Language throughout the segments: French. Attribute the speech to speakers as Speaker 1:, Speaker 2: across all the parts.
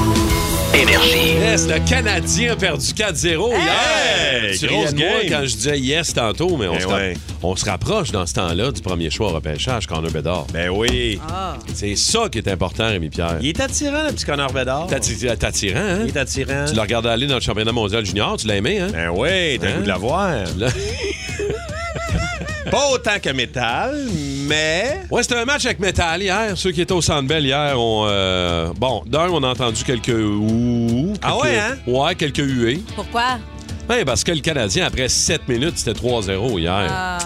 Speaker 1: Énergie.
Speaker 2: Yes, le Canadien a perdu 4-0 hier.
Speaker 3: Hey,
Speaker 2: Tu
Speaker 3: grosse
Speaker 2: riais de moi
Speaker 3: game.
Speaker 2: quand je disais yes tantôt, mais on,
Speaker 3: Ben
Speaker 2: se,
Speaker 3: ouais.
Speaker 2: on se rapproche dans ce temps-là du premier choix au repêchage, Connor Bédard.
Speaker 3: Ben oui.
Speaker 2: C'est ça qui est important, Rémi-Pierre.
Speaker 3: Il est attirant, le petit Connor Bédard.
Speaker 2: T'atti- T'attirant, hein?
Speaker 3: Il est attirant.
Speaker 2: Tu l'as regardé aller dans le championnat mondial junior, tu l'as aimé, hein?
Speaker 3: Ben oui, t'as
Speaker 2: Hein?
Speaker 3: le goût de l'avoir.
Speaker 2: Là-
Speaker 3: Pas autant que métal, mais.
Speaker 2: Ouais, c'était un match avec Metal hier. Ceux qui étaient au Centre Bell hier ont... euh, Bon, d'un, on a entendu quelques ouh.
Speaker 3: Ah
Speaker 2: quelques-
Speaker 3: ouais, hein?
Speaker 2: Ouais, quelques huées.
Speaker 4: Pourquoi?
Speaker 2: Ouais, parce que le Canadien, après 7 minutes, c'était 3-0 hier.
Speaker 4: Euh, Ah.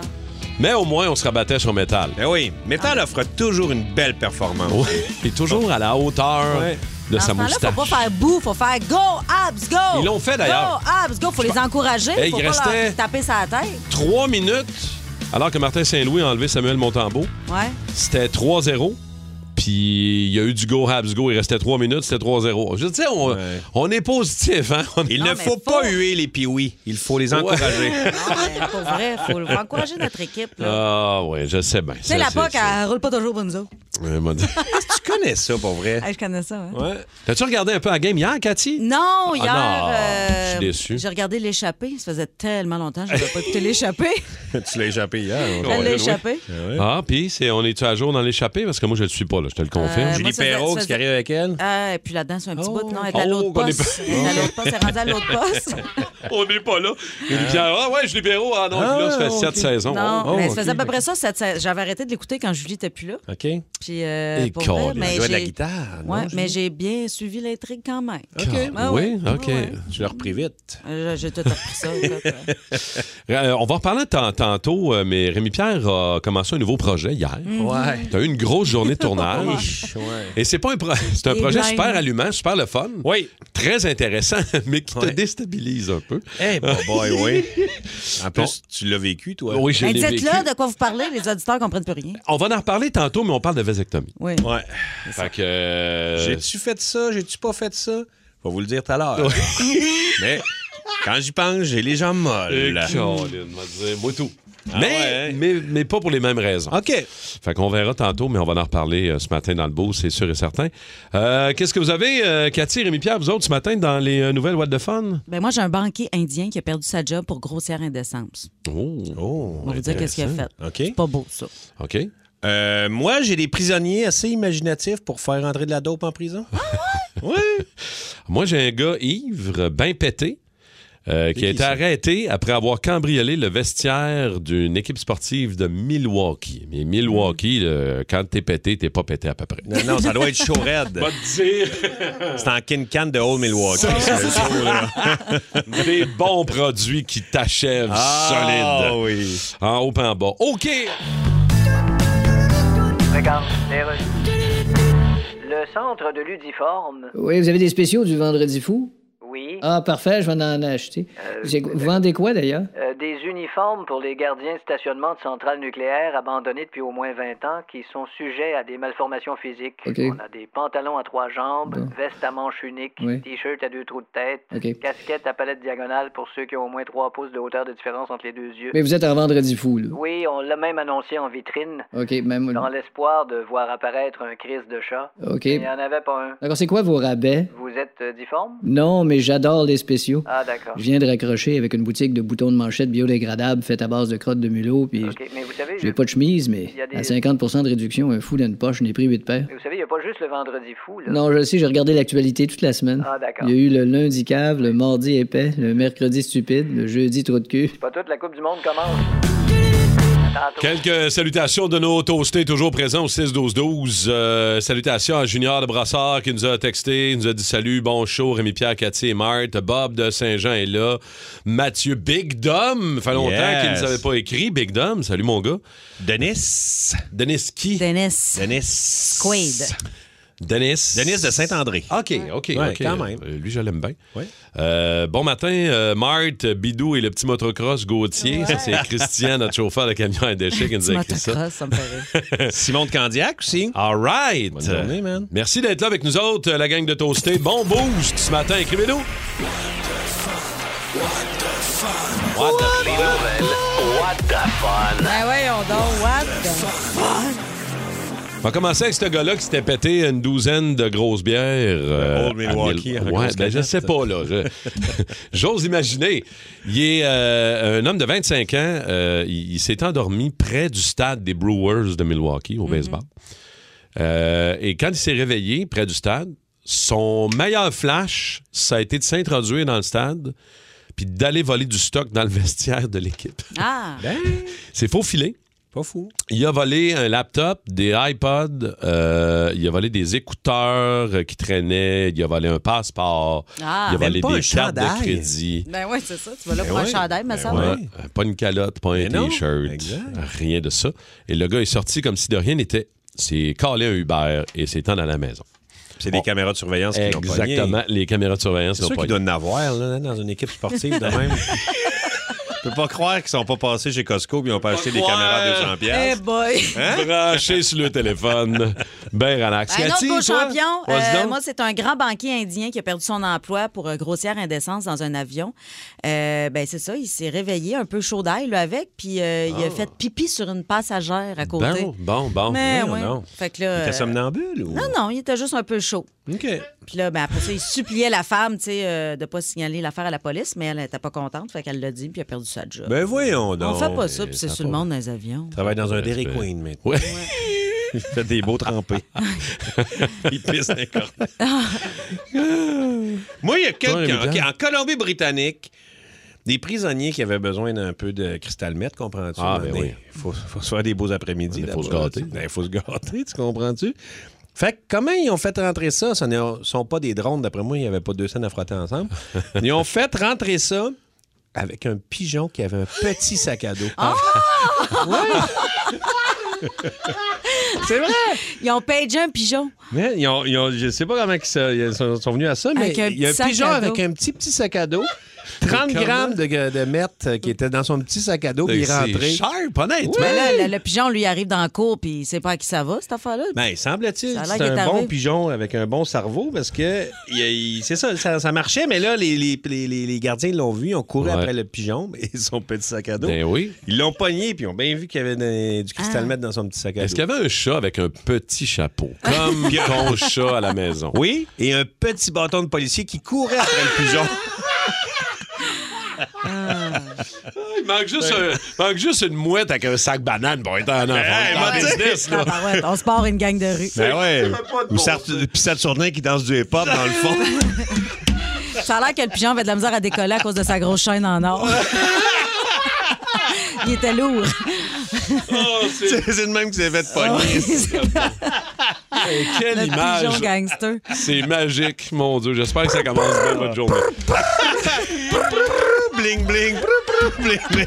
Speaker 2: Mais au moins, on se rabattait sur Metal.
Speaker 3: Ben oui, métal offre toujours une belle performance.
Speaker 2: Oui, il est toujours à la hauteur
Speaker 3: Ouais.
Speaker 2: de
Speaker 4: Dans ce
Speaker 2: sa
Speaker 4: temps-là,
Speaker 2: moustache.
Speaker 4: faut pas faire boue, faut faire go, abs, go!
Speaker 2: Ils l'ont fait, d'ailleurs.
Speaker 4: Go, abs, go! Faut les encourager,
Speaker 2: Hey,
Speaker 4: faut
Speaker 2: il
Speaker 4: pas
Speaker 2: restait-
Speaker 4: leur taper sa tête.
Speaker 2: Trois minutes, alors que Martin Saint-Louis a enlevé Samuel Montembeau,
Speaker 4: Ouais.
Speaker 2: c'était 3-0. Puis il y a eu du go, Habs, go. Il restait trois minutes, c'était 3-0. Je veux dire, on,
Speaker 3: Ouais.
Speaker 2: on est positif, hein? On-
Speaker 3: Il
Speaker 4: Non,
Speaker 3: ne
Speaker 4: mais
Speaker 3: faut pas
Speaker 4: faut-
Speaker 3: huer les piouis. Il faut les
Speaker 2: Ouais.
Speaker 3: encourager.
Speaker 4: Non, mais pour vrai, faut, faut encourager notre équipe. Là.
Speaker 2: Ah oui, je sais bien.
Speaker 4: tu sais, la
Speaker 2: Ça,
Speaker 4: POC, elle roule pas toujours pour nous autres.
Speaker 2: Ouais, m'a dit-
Speaker 3: tu connais ça, pour vrai?
Speaker 4: Hey, je connais ça. hein.
Speaker 2: Ouais. T'as-tu regardé un peu la game hier, Cathy? Ah,
Speaker 4: Non, hier,
Speaker 2: non,
Speaker 4: euh,
Speaker 2: je suis déçu.
Speaker 4: j'ai regardé l'échappée. Ça faisait tellement longtemps que je n'avais pas écouté l'échappée.
Speaker 3: tu l'as échappé hier. on-
Speaker 4: Elle
Speaker 2: oui.
Speaker 4: l'a échappé.
Speaker 2: Ah, puis c'est- on est-tu à jour dans l'échappée? Parce que moi, je le suis pas, là, je te le confirme.
Speaker 4: Euh,
Speaker 3: Julie
Speaker 4: moi, ça-
Speaker 3: Perrault,
Speaker 4: ça-
Speaker 3: ce qui arrive avec elle.
Speaker 4: Ah, et puis là-dedans, c'est un petit
Speaker 2: Oh.
Speaker 4: bout. Non, elle est à
Speaker 2: Oh,
Speaker 4: l'autre
Speaker 2: on est
Speaker 4: poste.
Speaker 2: pas-
Speaker 4: Elle est à l'autre poste. Elle est rendue à l'autre poste.
Speaker 2: On n'est pas là. Il dit, ah ouais, Julie Béraud, ah non,
Speaker 3: Ah,
Speaker 2: là, ça fait
Speaker 3: ok.
Speaker 2: sept saisons.
Speaker 4: Non,
Speaker 3: Oh,
Speaker 4: mais
Speaker 3: ok.
Speaker 4: ça faisait à peu près ça. cette sa- J'avais arrêté de l'écouter quand Julie n'était plus là.
Speaker 3: OK.
Speaker 4: Puis, euh,
Speaker 2: Et
Speaker 4: pour vrai,
Speaker 2: câlisse.
Speaker 4: mais
Speaker 3: Elle jouait de la
Speaker 4: j'ai-
Speaker 3: guitare. non,
Speaker 4: Ouais,
Speaker 3: Julie?
Speaker 4: mais j'ai bien suivi l'intrigue quand même.
Speaker 2: OK.
Speaker 4: Ah
Speaker 2: oui,
Speaker 4: ouais.
Speaker 2: OK.
Speaker 4: Ah ouais.
Speaker 3: Je l'ai repris vite.
Speaker 4: Euh, J'ai tout appris ça. écoute.
Speaker 2: Euh, on va en reparler tant- tantôt, euh, mais Rémi-Pierre a commencé un nouveau projet hier.
Speaker 3: Ouais.
Speaker 2: T'as eu une grosse journée de tournage.
Speaker 3: Ah, Ouais.
Speaker 2: Et c'est pas un pro- c'est un
Speaker 4: Et
Speaker 2: projet
Speaker 4: blême.
Speaker 2: super allumant, super le fun,
Speaker 3: Oui.
Speaker 2: très intéressant, mais qui te
Speaker 3: Ouais.
Speaker 2: déstabilise un peu.
Speaker 3: Eh, hey, bon boy, oui. En plus, tu l'as vécu, toi.
Speaker 2: Oui, je
Speaker 4: Mais
Speaker 2: l'ai vécu.
Speaker 4: Dites-là Ben, de quoi vous parlez, les auditeurs ne comprennent plus rien.
Speaker 2: On va en reparler tantôt, mais on parle de vasectomie.
Speaker 4: Oui.
Speaker 3: Ouais.
Speaker 2: Fait que, euh,
Speaker 3: J'ai-tu fait ça? J'ai-tu pas fait ça? Je vais vous le dire tout à l'heure. Mais quand j'y pense, j'ai les jambes
Speaker 2: Euh,
Speaker 3: molles.
Speaker 2: Caroline, on va dire, moi tout.
Speaker 3: Ah
Speaker 2: mais,
Speaker 3: ouais, hein?
Speaker 2: mais, mais pas pour les mêmes raisons.
Speaker 3: OK.
Speaker 2: Fait qu'on verra tantôt, mais on va en reparler euh, ce matin dans le beau, c'est sûr et certain. Euh, Qu'est-ce que vous avez, euh, Cathy, Rémi-Pierre, vous autres, ce matin, dans les euh, nouvelles What the Fun?
Speaker 4: Ben moi, j'ai un banquier indien qui a perdu sa job pour grossière indécence.
Speaker 2: Oh,
Speaker 3: Oh.
Speaker 4: On va vous dire qu'est-ce qu'il a fait.
Speaker 3: OK.
Speaker 4: C'est pas beau, ça.
Speaker 2: OK.
Speaker 3: Euh, moi, j'ai des prisonniers assez imaginatifs pour faire entrer de la dope en prison.
Speaker 2: Ah
Speaker 3: oui.
Speaker 2: Moi, j'ai un gars ivre, bien pété, euh, qui a
Speaker 3: qui
Speaker 2: été
Speaker 3: ça?
Speaker 2: arrêté après avoir cambriolé le vestiaire d'une équipe sportive de Milwaukee. Mais
Speaker 3: Mm.
Speaker 2: Milwaukee, euh, quand t'es pété, t'es pas pété à peu près.
Speaker 3: Non, non, ça doit être chaud raide.
Speaker 2: te
Speaker 3: C'est en Kin-Can de Old Milwaukee. ce show-là.
Speaker 2: dire des bons produits qui t'achèvent
Speaker 3: Ah,
Speaker 2: solide.
Speaker 3: oui.
Speaker 2: En haut pas en bas. OK!
Speaker 5: Le centre de l'uniforme.
Speaker 6: Oui, vous avez des spéciaux du vendredi fou?
Speaker 5: Oui.
Speaker 6: Ah, parfait, je vais en acheter. J'ai- vous vendez quoi d'ailleurs?
Speaker 5: Euh, des uniformes pour les gardiens de stationnement de centrales nucléaires abandonnées depuis au moins 20 ans qui sont sujets à des malformations physiques.
Speaker 6: Ok.
Speaker 5: On a des pantalons à trois jambes,
Speaker 6: Bon.
Speaker 5: veste à manches uniques,
Speaker 6: Oui.
Speaker 5: t-shirt à deux trous de tête,
Speaker 6: Ok.
Speaker 5: casquette à palette diagonale pour ceux qui ont au moins trois pouces de hauteur de différence entre les deux yeux.
Speaker 6: Mais vous êtes en vendredi fou, là.
Speaker 5: Oui, on l'a même annoncé en vitrine
Speaker 6: OK, même.
Speaker 5: dans l'espoir de voir apparaître un crise de chat.
Speaker 6: OK.
Speaker 5: Mais Il n'y en avait pas un.
Speaker 6: D'accord, c'est quoi vos rabais?
Speaker 5: Vous êtes euh, difforme?
Speaker 6: Non, mais j'adore les spéciaux.
Speaker 5: Ah, d'accord.
Speaker 6: Je viens de raccrocher avec une boutique de boutons de manchette biodégradables faite à base de crottes de mulot, puis
Speaker 5: OK, mais vous savez,
Speaker 6: j'ai pas de chemise, mais
Speaker 5: Il y a des-
Speaker 6: à 50 de réduction, un fou d'une poche, je n'ai pris huit paires.
Speaker 5: Mais Vous savez, il n'y a pas juste le vendredi fou. Là.
Speaker 6: Non, je le sais, j'ai regardé l'actualité toute la semaine.
Speaker 5: Ah, d'accord.
Speaker 6: Il y a eu le lundi cave, le mardi épais, le mercredi stupide, le jeudi trou de cul.
Speaker 5: Pas toute la Coupe du Monde commence. tantôt.
Speaker 2: Quelques salutations de nos toastés toujours présents au 6-12-12. Euh, salutations à Junior de Brassard qui nous a texté, il nous a dit salut, bon show, Rémi-Pierre, Cathy et Marthe. Bob de Saint-Jean est là. Mathieu Big Dom, fait longtemps
Speaker 3: Yes.
Speaker 2: qu'il ne nous avait pas écrit. Big Dom, salut mon gars.
Speaker 3: Denis.
Speaker 2: Denis qui?
Speaker 4: Dennis.
Speaker 3: Denis.
Speaker 4: Quaid.
Speaker 2: Denis.
Speaker 3: Denis de Saint-André.
Speaker 2: OK, OK,
Speaker 3: Ouais,
Speaker 2: OK.
Speaker 3: quand même.
Speaker 2: Euh, lui, je l'aime bien.
Speaker 3: Ouais.
Speaker 2: Euh, bon matin, euh, Marthe, Bidou et le petit motocross Gauthier. Ça, c'est Christian, notre chauffeur de camion à déchets, qui nous a écrit ça.
Speaker 4: Motocross, ça me fait rire.
Speaker 3: Simon de Candiac aussi.
Speaker 2: All right.
Speaker 3: Bonne journée, man.
Speaker 2: Merci d'être là avec nous autres, la gang de Toasté. Bon boost ce matin, écrivez-nous. What the
Speaker 1: Les nouvelles, what the fun.
Speaker 4: Ben voyons donc, what the-
Speaker 2: On va commencer avec ce gars-là qui s'était pété une douzaine de grosses bières. euh,
Speaker 3: Old Milwaukee,
Speaker 2: à
Speaker 3: en
Speaker 2: Mil- Ouais,
Speaker 3: grosse
Speaker 2: ben je
Speaker 3: canette.
Speaker 2: sais pas, là. Je- J'ose imaginer. Il est euh, un homme de 25 ans. euh, il il s'est endormi près du stade des Brewers de Milwaukee,
Speaker 3: Mhm.
Speaker 2: au baseball. Euh, et quand il s'est réveillé près du stade, son meilleur flash, ça a été de s'introduire dans le stade puis d'aller voler du stock dans le vestiaire de l'équipe.
Speaker 4: Ah!
Speaker 3: Ben,
Speaker 2: C'est faux filet.
Speaker 3: Pas fou.
Speaker 2: Il a volé un laptop, des iPods, euh, il a volé des écouteurs euh, qui traînaient, il a volé un passeport,
Speaker 4: Ah.
Speaker 2: il a
Speaker 4: Même
Speaker 2: volé
Speaker 3: pas
Speaker 2: des
Speaker 3: un
Speaker 2: cartes de
Speaker 3: chandail.
Speaker 2: crédit.
Speaker 4: Ben oui, c'est ça. Tu vas là
Speaker 3: Ben
Speaker 4: pour un
Speaker 3: ouais.
Speaker 4: chandail, me
Speaker 3: Ben
Speaker 4: semble.
Speaker 2: Ouais,
Speaker 3: ouais.
Speaker 2: euh, Pas une calotte, pas un
Speaker 3: Mais non,
Speaker 2: t-shirt,
Speaker 3: exact.
Speaker 2: rien de ça. Et le gars est sorti comme si de rien n'était. C'est calé un Uber et s'est en à la maison.
Speaker 3: C'est des
Speaker 2: Bon.
Speaker 3: caméras de surveillance qui l'ont pogné.
Speaker 2: Exactement, les caméras de surveillance
Speaker 3: C'est
Speaker 2: n'ont
Speaker 3: sûr
Speaker 2: pas
Speaker 3: qu'ils
Speaker 2: été.
Speaker 3: doivent en avoir là, dans une équipe sportive de même. Je peux pas croire qu'ils sont pas passés chez Costco et ils ont pas acheté des
Speaker 2: croire.
Speaker 3: caméras à 200
Speaker 4: Eh
Speaker 3: pièces.
Speaker 4: boy!
Speaker 2: Branché sur le téléphone. Ben relax.
Speaker 4: Un autre
Speaker 2: Cathy,
Speaker 4: beau
Speaker 2: toi?
Speaker 4: champion,
Speaker 2: Vas-y
Speaker 4: euh,
Speaker 2: donc.
Speaker 4: moi, c'est un grand banquier indien qui a perdu son emploi pour euh, grossière indécence dans un avion. Euh, ben, c'est ça, il s'est réveillé un peu chaud d'ail, là, avec, puis euh,
Speaker 3: Ah.
Speaker 4: il a fait pipi sur une passagère à côté.
Speaker 3: Ben
Speaker 2: Bon, bon, bon.
Speaker 4: Mais
Speaker 3: voyons
Speaker 4: ouais.
Speaker 3: donc.
Speaker 4: Fait que là,
Speaker 3: T'es
Speaker 4: euh,
Speaker 3: somnambule ou?
Speaker 4: Non, non, il était juste un peu chaud.
Speaker 3: OK.
Speaker 4: Puis là, ben, après ça, il suppliait la femme, tu sais, euh, de pas signaler l'affaire à la police, mais elle n'était pas contente, fait qu'elle l'a dit, puis elle a perdu sa job.
Speaker 3: Ben voyons donc.
Speaker 4: On fait pas ça, puis c'est
Speaker 2: ça
Speaker 4: sur
Speaker 2: pas.
Speaker 4: le monde dans les avions.
Speaker 3: Il travaille dans un Dairy
Speaker 2: Respect.
Speaker 3: Queen maintenant.
Speaker 2: Ouais.
Speaker 3: Il fait des beaux trempés. il pisse dans les cornets. Moi, il y a quelqu'un.
Speaker 2: Rémi-Pierre?
Speaker 3: OK, en Colombie-Britannique, des prisonniers qui avaient besoin d'un peu de cristal meth, comprends-tu?
Speaker 2: Ah, ben
Speaker 3: Il
Speaker 2: oui.
Speaker 3: faut, faut se faire des beaux après-midi.
Speaker 2: Il faut se
Speaker 3: d'abord.
Speaker 2: gâter.
Speaker 3: Ben, Il faut se gâter, tu comprends-tu? Fait que comment ils ont fait rentrer ça? Ce ne sont pas des drones, d'après moi, il n'y avait pas deux scènes à frotter ensemble. Ils ont fait rentrer ça avec un pigeon qui avait un petit sac à dos.
Speaker 4: Ah!
Speaker 3: Ouais. C'est vrai!
Speaker 4: Ils ont pagé un pigeon.
Speaker 3: Mais ils ont- ils ont- je sais pas comment ils se- ils sont, sont venus à ça, mais
Speaker 4: Avec un
Speaker 3: il y a un
Speaker 4: petit sac
Speaker 3: pigeon
Speaker 4: à dos.
Speaker 3: avec un petit petit sac à dos. 30 grammes de, de meth euh, qui était dans son petit sac à dos, puis il est rentré.
Speaker 2: C'est sharp, honnêtement.
Speaker 4: Mais Ben là, le, le pigeon, lui, arrive dans le cours, puis il sait pas à qui ça va, cette affaire-là.
Speaker 3: Ben, semble-t-il,
Speaker 4: Ça a l'air
Speaker 3: c'est
Speaker 4: qu'il est
Speaker 3: un bon
Speaker 4: arrivé.
Speaker 3: pigeon avec un bon cerveau parce que il- il- c'est ça, ça, ça marchait, mais là, les, les, les- les- les gardiens l'ont vu, ils ont couru
Speaker 2: Ouais.
Speaker 3: après le pigeon et son petit sac à dos.
Speaker 2: Ben oui.
Speaker 3: Ils l'ont pogné, puis ils ont bien vu qu'il y avait des- du cristal
Speaker 4: Ah.
Speaker 3: meth dans son petit sac à
Speaker 2: Est-ce
Speaker 3: dos.
Speaker 2: qu'il y avait un chat avec un petit chapeau, comme ton chat à la maison?
Speaker 3: Oui, et un petit bâton de policier qui courait après le pigeon.
Speaker 2: Il manque juste, un- il manque juste une mouette avec un sac banane pour être en enfant. Ben
Speaker 3: moi,
Speaker 2: Dans le
Speaker 3: tu sais,
Speaker 2: business, là.
Speaker 4: Tabarouette, on se part une gang de rue.
Speaker 3: Ben ouais. Ou Sart- puis Saturnin qui danse du hip-hop dans le fond.
Speaker 4: Ça a l'air que le pigeon avait de la misère à décoller à cause de sa grosse chaîne en or. il était lourd.
Speaker 3: Oh, c'est c'est le même qui s'est fait
Speaker 2: Ah.
Speaker 3: pogner.
Speaker 4: le
Speaker 2: Et quelle
Speaker 4: pigeon
Speaker 2: image!
Speaker 4: gangster.
Speaker 2: C'est magique, mon Dieu. J'espère que ça commence bien votre journée.
Speaker 3: bling, bling, brou, brou, bling, bling.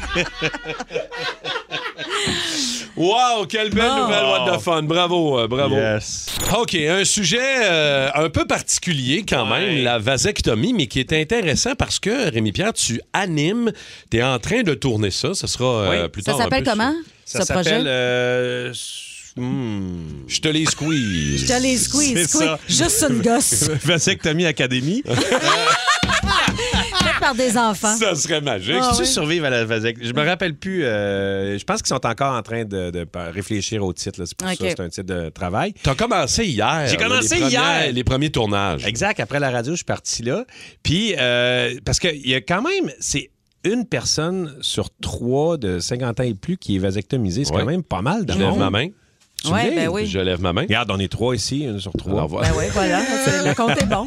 Speaker 2: Wow, quelle belle
Speaker 4: Bon.
Speaker 2: nouvelle, what the fun. Bravo, euh, bravo.
Speaker 3: Yes.
Speaker 2: OK, un sujet euh, un peu particulier quand
Speaker 3: Ouais.
Speaker 2: même, la vasectomie, mais qui est intéressant parce que, Rémi-Pierre, tu animes, tu es en train de tourner ça, ce sera euh,
Speaker 3: Oui.
Speaker 2: plus
Speaker 4: Ça
Speaker 2: tard. un
Speaker 4: s'appelle
Speaker 2: peu
Speaker 4: comment,
Speaker 3: Ça
Speaker 4: ce projet?
Speaker 3: s'appelle. euh, s- hmm.
Speaker 2: sur- Je te les squeeze.
Speaker 4: Je te les squeeze,
Speaker 3: C'est
Speaker 4: squeeze.
Speaker 3: ça.
Speaker 4: Juste une gosse,
Speaker 3: Vasectomie Academy.
Speaker 4: faite par des enfants.
Speaker 2: Ça serait magique.
Speaker 4: Ah,
Speaker 3: Tu
Speaker 4: ouais.
Speaker 3: survives à la vasectomie. Je me rappelle plus. euh, je pense qu'ils sont encore en train de, de pa- réfléchir au titre. là. C'est pour
Speaker 4: Ok.
Speaker 3: ça que c'est un titre de travail.
Speaker 2: T'as commencé hier.
Speaker 3: J'ai
Speaker 2: là,
Speaker 3: commencé
Speaker 2: les premiers-
Speaker 3: hier.
Speaker 2: Les premiers tournages.
Speaker 3: Exact. Après la radio, je suis parti là. Puis, euh, parce qu'il y a quand même, c'est une personne sur trois de 50 ans et plus qui est vasectomisée. C'est
Speaker 2: Ouais.
Speaker 3: quand même pas mal de
Speaker 2: Je lève
Speaker 3: monde.
Speaker 2: ma main. Tu
Speaker 4: Ouais,
Speaker 2: l'es?
Speaker 4: ben oui.
Speaker 2: Je lève ma main.
Speaker 3: Regarde, on est trois ici, une sur trois.
Speaker 2: Alors, voilà.
Speaker 4: Ben oui, voilà, c'est- le compte est bon.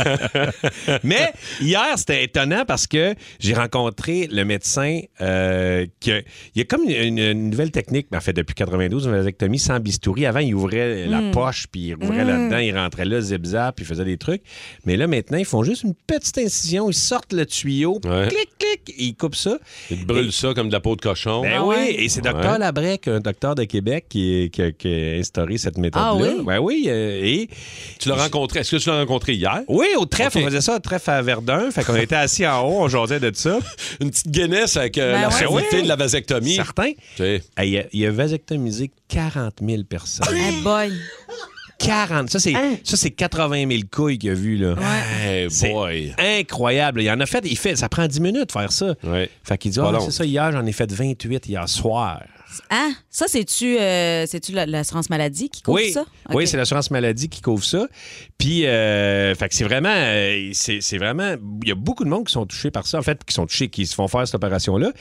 Speaker 3: Mais hier, c'était étonnant parce que j'ai rencontré le médecin euh, que il y a comme une, une nouvelle technique, mais en fait, depuis 92, une vasectomie sans bistouri. Avant, il ouvrait la poche, puis il rouvrait là-dedans, il rentrait là, zip-zap, puis il faisait des trucs. Mais là, maintenant, ils font juste une petite incision, ils sortent le tuyau,
Speaker 2: Ouais.
Speaker 3: clic, clic, ils coupent ça.
Speaker 2: Il te brûle ça comme de la peau de cochon.
Speaker 3: Ben
Speaker 4: Ah
Speaker 3: oui,
Speaker 4: ouais?
Speaker 3: et c'est Docteur
Speaker 2: Ouais.
Speaker 3: Labrec, un docteur de Québec, qui, est- qui a, qui a instauré cette méthode-là.
Speaker 4: Ah oui?
Speaker 3: Ben oui, euh, et
Speaker 2: Tu l'as rencontré. Est-ce que tu l'as rencontré hier?
Speaker 3: oui, au trèfle,
Speaker 2: Ok.
Speaker 3: on faisait ça au trèfle à Verdun. Fait qu'on était assis en haut, on jasait de ça.
Speaker 2: Une petite guinness avec euh,
Speaker 4: Ben
Speaker 2: la
Speaker 4: ouais.
Speaker 2: gravité
Speaker 3: Oui.
Speaker 2: de la vasectomie.
Speaker 3: Certains.
Speaker 2: Tu sais,
Speaker 3: Hey, il, a, il a vasectomisé 40 000 personnes.
Speaker 4: Hey boy. Hein?
Speaker 3: 40! Ça, c'est, ça, c'est 80 000 couilles qu'il a vu, là.
Speaker 2: Hey
Speaker 3: C'est
Speaker 2: boy.
Speaker 3: incroyable. Il en a fait, il fait, ça prend 10 minutes de faire ça.
Speaker 2: Ouais.
Speaker 3: Fait qu'il dit,
Speaker 2: Pas
Speaker 3: Ah,
Speaker 2: long.
Speaker 3: c'est ça, hier, j'en ai fait 28 hier soir.
Speaker 4: Hein? Ça, c'est-tu euh, c'est-tu la- l'assurance maladie qui couvre
Speaker 3: oui.
Speaker 4: ça?
Speaker 3: Oui,
Speaker 4: Ok.
Speaker 3: c'est l'assurance maladie qui couvre ça. Puis, euh, fait que c'est vraiment, euh, c'est, c'est vraiment, il y a beaucoup de monde qui sont touchés par ça, en fait, qui sont touchés, qui se font faire cette opération-là.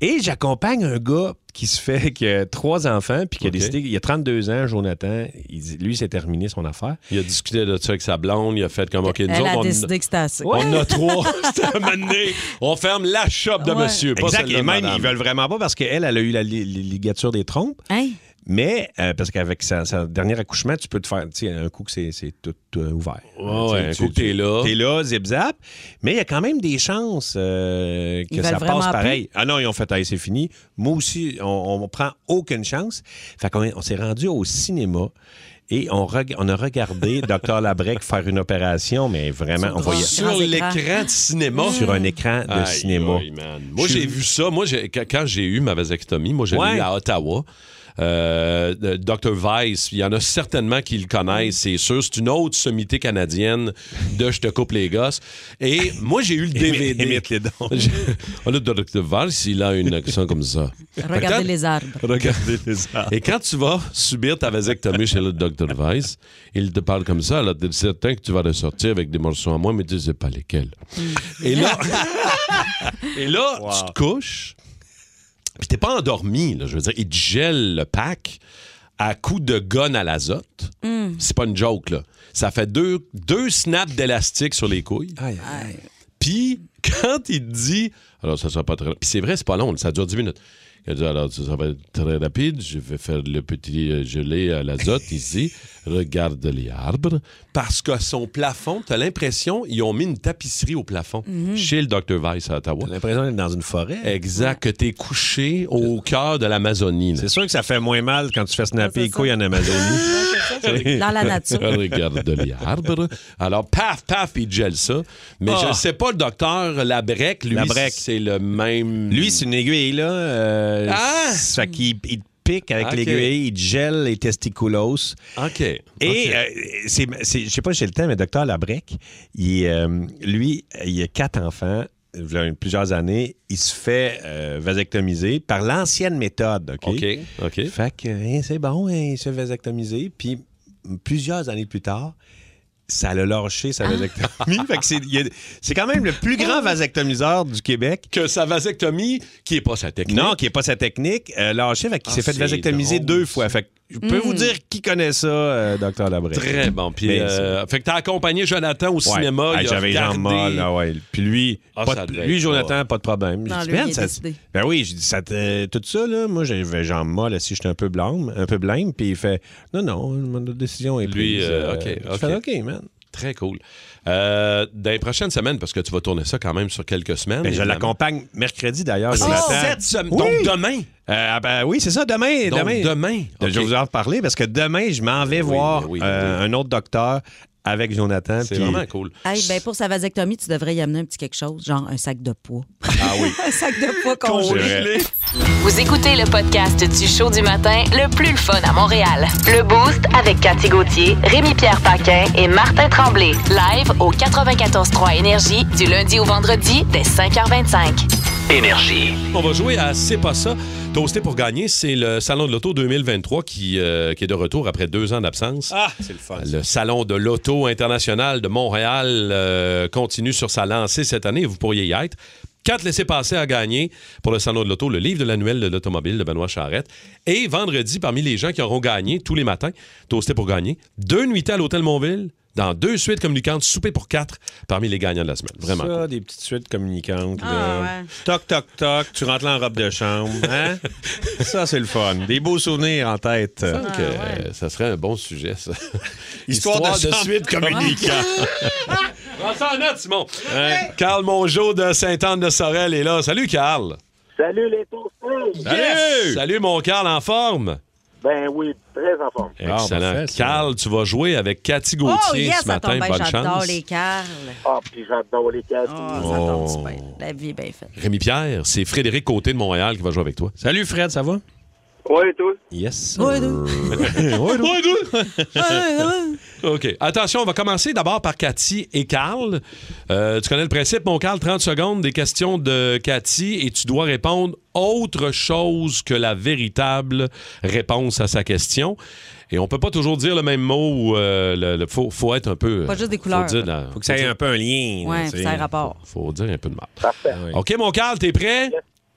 Speaker 3: Et j'accompagne un gars qui se fait, qui a trois enfants, puis qui a
Speaker 2: OK.
Speaker 3: décidé, il a 32 ans, Jonathan, il dit- lui, c'est terminé son affaire.
Speaker 2: Il a discuté de ça avec sa blonde. Il a fait comme, OK, nous
Speaker 4: Elle
Speaker 2: autres,
Speaker 4: a
Speaker 2: on-
Speaker 4: décidé que c'était assez.
Speaker 2: on, en a trois. C'est un moment donné, On ferme la shop de
Speaker 4: Ouais.
Speaker 2: Ah, monsieur. Pas
Speaker 3: Exact,
Speaker 2: celle-là
Speaker 3: et
Speaker 2: de
Speaker 3: même,
Speaker 2: madame.
Speaker 3: ils veulent vraiment pas parce qu'elle, elle a eu la li- li- ligature des trompes,
Speaker 4: Hein?
Speaker 3: mais euh, parce qu'avec sa, sa dernier accouchement, tu peux te faire, tu sais, un coup que c'est, c'est tout euh, ouvert.
Speaker 2: Ouais, ouais,
Speaker 3: Tu
Speaker 2: un
Speaker 3: sais,
Speaker 2: coup
Speaker 3: tu-
Speaker 2: que t'es là.
Speaker 3: T'es là, zip-zap. Mais il y a quand même des chances euh, que
Speaker 4: Ils
Speaker 3: ça
Speaker 4: veulent vraiment
Speaker 3: passe pareil. Ah non, ils ont fait, Hey, c'est fini. Moi aussi, on, on prend aucune chance. Fait qu'on est- on s'est rendu au cinéma et on, reg- on a regardé Dr. Labrec faire une opération, mais vraiment, on
Speaker 4: drôle.
Speaker 3: voyait
Speaker 2: Sur
Speaker 4: Grands écrans.
Speaker 2: l'écran de cinéma.
Speaker 3: Mmh. sur un écran de
Speaker 2: Aïe,
Speaker 3: cinéma.
Speaker 2: aïe, man. Moi,
Speaker 3: Je suis-
Speaker 2: j'ai vu ça. Moi, j'ai- quand- quand j'ai eu ma vasectomie, moi, j'ai
Speaker 3: Ouais.
Speaker 2: eu à Ottawa. Euh, de- Dr. Weiss, il y en a certainement qui le connaissent, c'est sûr. C'est une autre sommité canadienne de Je te coupe les gosses. Et moi, j'ai eu le DVD.
Speaker 3: Émite les dons.
Speaker 2: J'ai- Ah, Le Dr. Weiss, il a une action comme ça.
Speaker 4: Regardez
Speaker 2: Peut-être-
Speaker 4: les arbres.
Speaker 3: Regardez les arbres.
Speaker 2: Et quand tu vas subir ta vasectomie chez le Dr. Weiss, il te parle comme ça. Là, t'es certain que tu vas ressortir avec des morceaux à moi, mais tu sais pas lesquels. Et là, et là
Speaker 3: Wow.
Speaker 2: tu te couches, puis t'es pas endormi. Là, je veux dire, il te gèle le pack à coups de gun à l'azote. C'est pas une joke, là. Ça fait deux, deux snaps d'élastique sur les couilles. Puis, quand il te dit, alors ça sera pas très. Puis c'est vrai, c'est pas long, ça dure 10 minutes. Il dit, alors ça, ça va être très rapide, je vais faire le petit euh, gelé à l'azote ici. Regarde les arbres. Parce que son plafond, t'as l'impression, ils ont mis une tapisserie au plafond chez le Dr. Weiss à Ottawa.
Speaker 3: Mhm. T'as l'impression d'être dans une forêt.
Speaker 2: Exact, que t'es couché au cœur de l'Amazonie. là.
Speaker 3: C'est sûr que ça fait moins mal quand tu fais snapper
Speaker 4: Ah, C'est
Speaker 3: les
Speaker 4: ça.
Speaker 3: couilles en Amazonie.
Speaker 4: Dans la nature.
Speaker 2: Regarde les arbres. Alors, paf, paf, il gèle ça. Mais
Speaker 3: Ah.
Speaker 2: je ne sais pas, le docteur Labrec, lui,
Speaker 3: Labrec.
Speaker 2: c'est le même.
Speaker 3: Lui, c'est une aiguille, là. euh,
Speaker 2: Ah!
Speaker 3: Ça fait qu'il il te pique avec
Speaker 2: Ok.
Speaker 3: l'aiguille, il te gèle les testiculos.
Speaker 2: OK.
Speaker 3: Et euh, c'est, c'est- je sais pas si j'ai le temps, mais docteur Labrec, il, est, euh, lui, il a quatre enfants. Il a plusieurs années. Il se fait euh, vasectomiser par l'ancienne méthode. OK?
Speaker 2: OK. OK.
Speaker 3: Fait que hein, c'est bon, hein, il se fait vasectomiser. Puis m- plusieurs années plus tard, ça l'a lâché
Speaker 2: Ah.
Speaker 3: sa vasectomie. fait que c'est, il y a- c'est quand même le plus grand vasectomiseur du Québec.
Speaker 2: Oh Que sa vasectomie, qui n'est pas sa technique.
Speaker 3: Non, qui n'est pas sa technique, euh, lâché, fait qu'il
Speaker 2: Ah,
Speaker 3: s'est fait
Speaker 2: c'est
Speaker 3: vasectomiser
Speaker 2: drôle,
Speaker 3: deux fois. Fait que je peux vous dire qui connaît ça, euh, docteur Ben, Labré.
Speaker 2: Hmm. Très bon. Puis,
Speaker 3: Mais
Speaker 2: euh, fait que t'as accompagné Jonathan au cinéma. il a
Speaker 3: J'avais les jambes
Speaker 2: regardé-
Speaker 3: molles, ah ouais. Puis lui,
Speaker 2: Ah,
Speaker 3: pas
Speaker 2: ça
Speaker 3: de-
Speaker 2: devait
Speaker 3: lui
Speaker 2: être
Speaker 3: Jonathan, pas de problème.
Speaker 4: Non,
Speaker 3: J'ai dit,
Speaker 4: lui,
Speaker 3: man,
Speaker 4: il est
Speaker 3: ça-
Speaker 4: décidé.
Speaker 3: ben oui, j'ai dit, ça te- tout ça, là, moi, j'avais les jambes molles, si j'étais un peu blâme, un peu blême. Puis il fait, non, non, mon décision est
Speaker 2: Lui,
Speaker 3: prise.
Speaker 2: euh, ok,
Speaker 3: Je
Speaker 2: ok. Ben,
Speaker 3: fais, OK, man.
Speaker 2: Très cool. Euh, dans les prochaines semaines, parce que tu vas tourner ça quand même sur quelques semaines.
Speaker 3: Ben, je
Speaker 2: évidemment.
Speaker 3: l'accompagne mercredi, d'ailleurs,
Speaker 2: C'est
Speaker 3: Jonathan.
Speaker 2: cette semaine.
Speaker 3: Oui.
Speaker 2: Ah, Donc demain.
Speaker 3: Euh, ah ben oui, c'est ça, demain.
Speaker 2: Donc
Speaker 3: demain. Ben,
Speaker 2: demain.
Speaker 3: Je vais
Speaker 2: OK.
Speaker 3: vous en reparler parce que demain, je m'en vais
Speaker 2: Oui,
Speaker 3: voir
Speaker 2: ben oui,
Speaker 3: euh,
Speaker 2: oui.
Speaker 3: un autre docteur avec Jonathan.
Speaker 2: C'est
Speaker 3: puis-
Speaker 2: vraiment cool.
Speaker 4: Hey, ben, pour sa vasectomie, tu devrais y amener un petit quelque chose, genre un sac de poids.
Speaker 2: Ah oui.
Speaker 4: un sac de poids congelé.
Speaker 7: Vous écoutez le podcast du show du matin le plus le fun à Montréal. Le Boost avec Cathy Gauthier, Rémi-Pierre Paquin et Martin Tremblay. Live au 94.3 Énergie du lundi au vendredi dès 5h25.
Speaker 1: Énergie.
Speaker 2: On va jouer à C'est pas ça. Toasté pour gagner, c'est le Salon de l'Auto 2023 qui, euh, qui est de retour après deux ans d'absence.
Speaker 3: Ah, c'est le fun.
Speaker 2: Le Salon de l'Auto international de Montréal euh, continue sur sa lancée cette année. Vous pourriez y être. Quatre laissés-passer à gagner pour le Salon de l'Auto, le livre de l'annuel de l'automobile de Benoît Charrette. Et vendredi, parmi les gens qui auront gagné tous les matins, toasté pour gagner, deux nuitées à l'Hôtel Montville, dans deux suites communicantes, souper pour quatre, parmi les gagnants de la semaine. Vraiment.
Speaker 3: Ça,
Speaker 2: cool.
Speaker 3: des petites suites communicantes.
Speaker 4: Ah,
Speaker 3: là.
Speaker 4: ouais.
Speaker 3: Toc, toc, toc, tu rentres là en robe de chambre. Hein? ça, c'est le fun. Des beaux souvenirs en tête.
Speaker 2: Donc, euh, ça serait un bon sujet, ça.
Speaker 3: Histoire de chambre.
Speaker 2: communicant. Prends ça en note, Simon. Euh, Carl Mongeau de Sainte-Anne-de-Sorel est là. Salut, Carl.
Speaker 8: Salut les toastés!
Speaker 2: Yes! Salut, mon Carl, en forme.
Speaker 8: Ben oui, très en forme. ben.
Speaker 3: Ah,
Speaker 2: Excellent.
Speaker 3: parfait, ça.
Speaker 2: Carl, tu vas jouer avec Cathy
Speaker 4: Oh,
Speaker 2: Gauthier
Speaker 4: yes,
Speaker 2: ce
Speaker 4: ça
Speaker 2: matin.
Speaker 4: tombe bien.
Speaker 2: Bonne
Speaker 4: J'adore
Speaker 2: chance.
Speaker 4: les carles.
Speaker 8: Ah, puis j'adore les
Speaker 4: Oh,
Speaker 8: cadeaux.
Speaker 4: ça tombe super. La vie est bien faite.
Speaker 2: Rémi Pierre, c'est Frédéric Côté de Montréal qui va jouer avec toi.
Speaker 3: Salut Fred, ça va?
Speaker 8: Oui, tous.
Speaker 3: Yes.
Speaker 4: Oui,
Speaker 2: OK. Attention, on va commencer d'abord par Cathy et Carl. Euh, tu connais le principe, mon Carl, 30 secondes des questions de Cathy et tu dois répondre autre chose que la véritable réponse à sa question. Et on peut pas toujours dire le même mot ou euh, le, le- faut, faut être un peu.
Speaker 4: Pas juste des
Speaker 2: faut
Speaker 4: couleurs.
Speaker 2: dire dans-
Speaker 3: Faut que ça ait un peu un lien. là,
Speaker 4: Ouais,
Speaker 3: tu sais.
Speaker 4: c'est un rapport.
Speaker 2: faut dire un peu de mal.
Speaker 8: Parfait.
Speaker 2: OK, mon Carl, t'es prêt?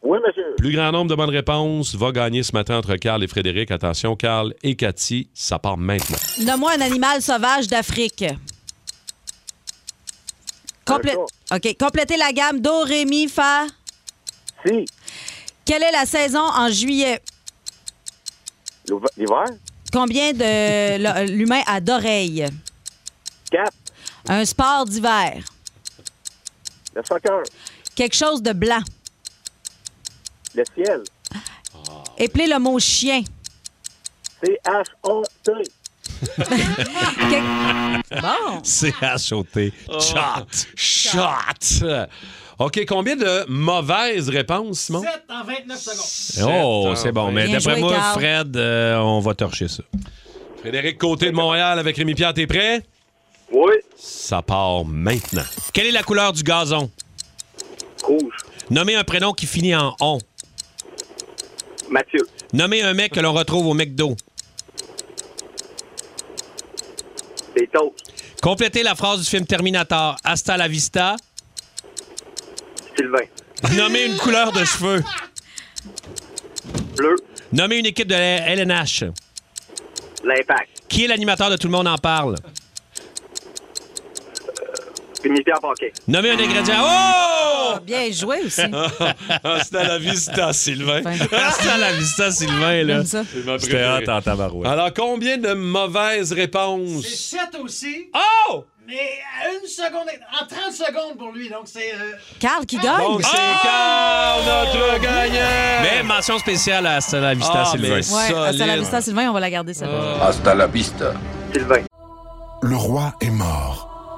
Speaker 8: Oui, monsieur.
Speaker 2: Plus grand nombre de bonnes réponses va gagner ce matin entre Carl et Frédéric. Attention, Carl et Cathy, ça part maintenant.
Speaker 4: Nomme-moi un animal sauvage d'Afrique. Complé- OK. Complétez la gamme Do, Ré, Mi, Fa.
Speaker 8: Si,
Speaker 4: Quelle est la saison en juillet?
Speaker 8: l'hiver- l'hiver,
Speaker 4: Combien de l- l'humain a d'oreilles?
Speaker 8: 4,
Speaker 4: Un sport d'hiver.
Speaker 8: le soccer,
Speaker 4: Quelque chose de blanc.
Speaker 8: le ciel,
Speaker 4: Éplez le mot chien.
Speaker 8: C-H-O-T,
Speaker 4: Que- Bon.
Speaker 3: C'est à sauter.
Speaker 2: Shot! Shot! OK, combien de mauvaises réponses, Simon?
Speaker 3: Oh, c'est bon. Mais
Speaker 4: Bien
Speaker 3: d'après
Speaker 4: joué,
Speaker 3: moi,
Speaker 4: Carl.
Speaker 3: Fred, euh, on va torcher ça.
Speaker 2: Frédéric Côté de Montréal avec Rémi Pierre, t'es prêt?
Speaker 8: oui,
Speaker 2: Ça part maintenant.
Speaker 3: Quelle est la couleur du gazon?
Speaker 8: rouge,
Speaker 3: Nommez un prénom qui finit en on.
Speaker 8: Mathieu,
Speaker 3: Nommez un mec que l'on retrouve au McDo.
Speaker 8: les toasts,
Speaker 3: Complétez la phrase du film Terminator. Hasta la vista.
Speaker 8: Sylvain,
Speaker 3: Nommez une couleur de cheveux.
Speaker 8: bleu,
Speaker 3: Nommez une équipe de la LNH.
Speaker 8: l'impact,
Speaker 3: Qui est l'animateur de Tout le monde en parle?
Speaker 8: puis à Paquet.
Speaker 3: Nommez un ingrédient. Oh!
Speaker 4: Bien joué aussi.
Speaker 2: C'était à la vista, Sylvain.
Speaker 3: Hasta la vista, Sylvain, là.
Speaker 4: J'aime ça.
Speaker 3: J'étais hâte en tabarouette.
Speaker 2: Alors, combien de mauvaises réponses?
Speaker 9: C'est 7 aussi,
Speaker 3: Oh!
Speaker 9: mais à une seconde, en 30 secondes pour lui, donc c'est... euh, Ah!
Speaker 4: Carl qui gagne.
Speaker 2: Donc, c'est Carl, notre gagnant!
Speaker 3: Mais mention spéciale à Hasta la vista,
Speaker 2: Ah,
Speaker 3: Sylvain.
Speaker 2: mais-
Speaker 4: ouais, à la
Speaker 2: solide.
Speaker 4: vista, Sylvain, on va la garder ça.
Speaker 2: Euh.
Speaker 1: Hasta la vista.
Speaker 10: Le roi est mort,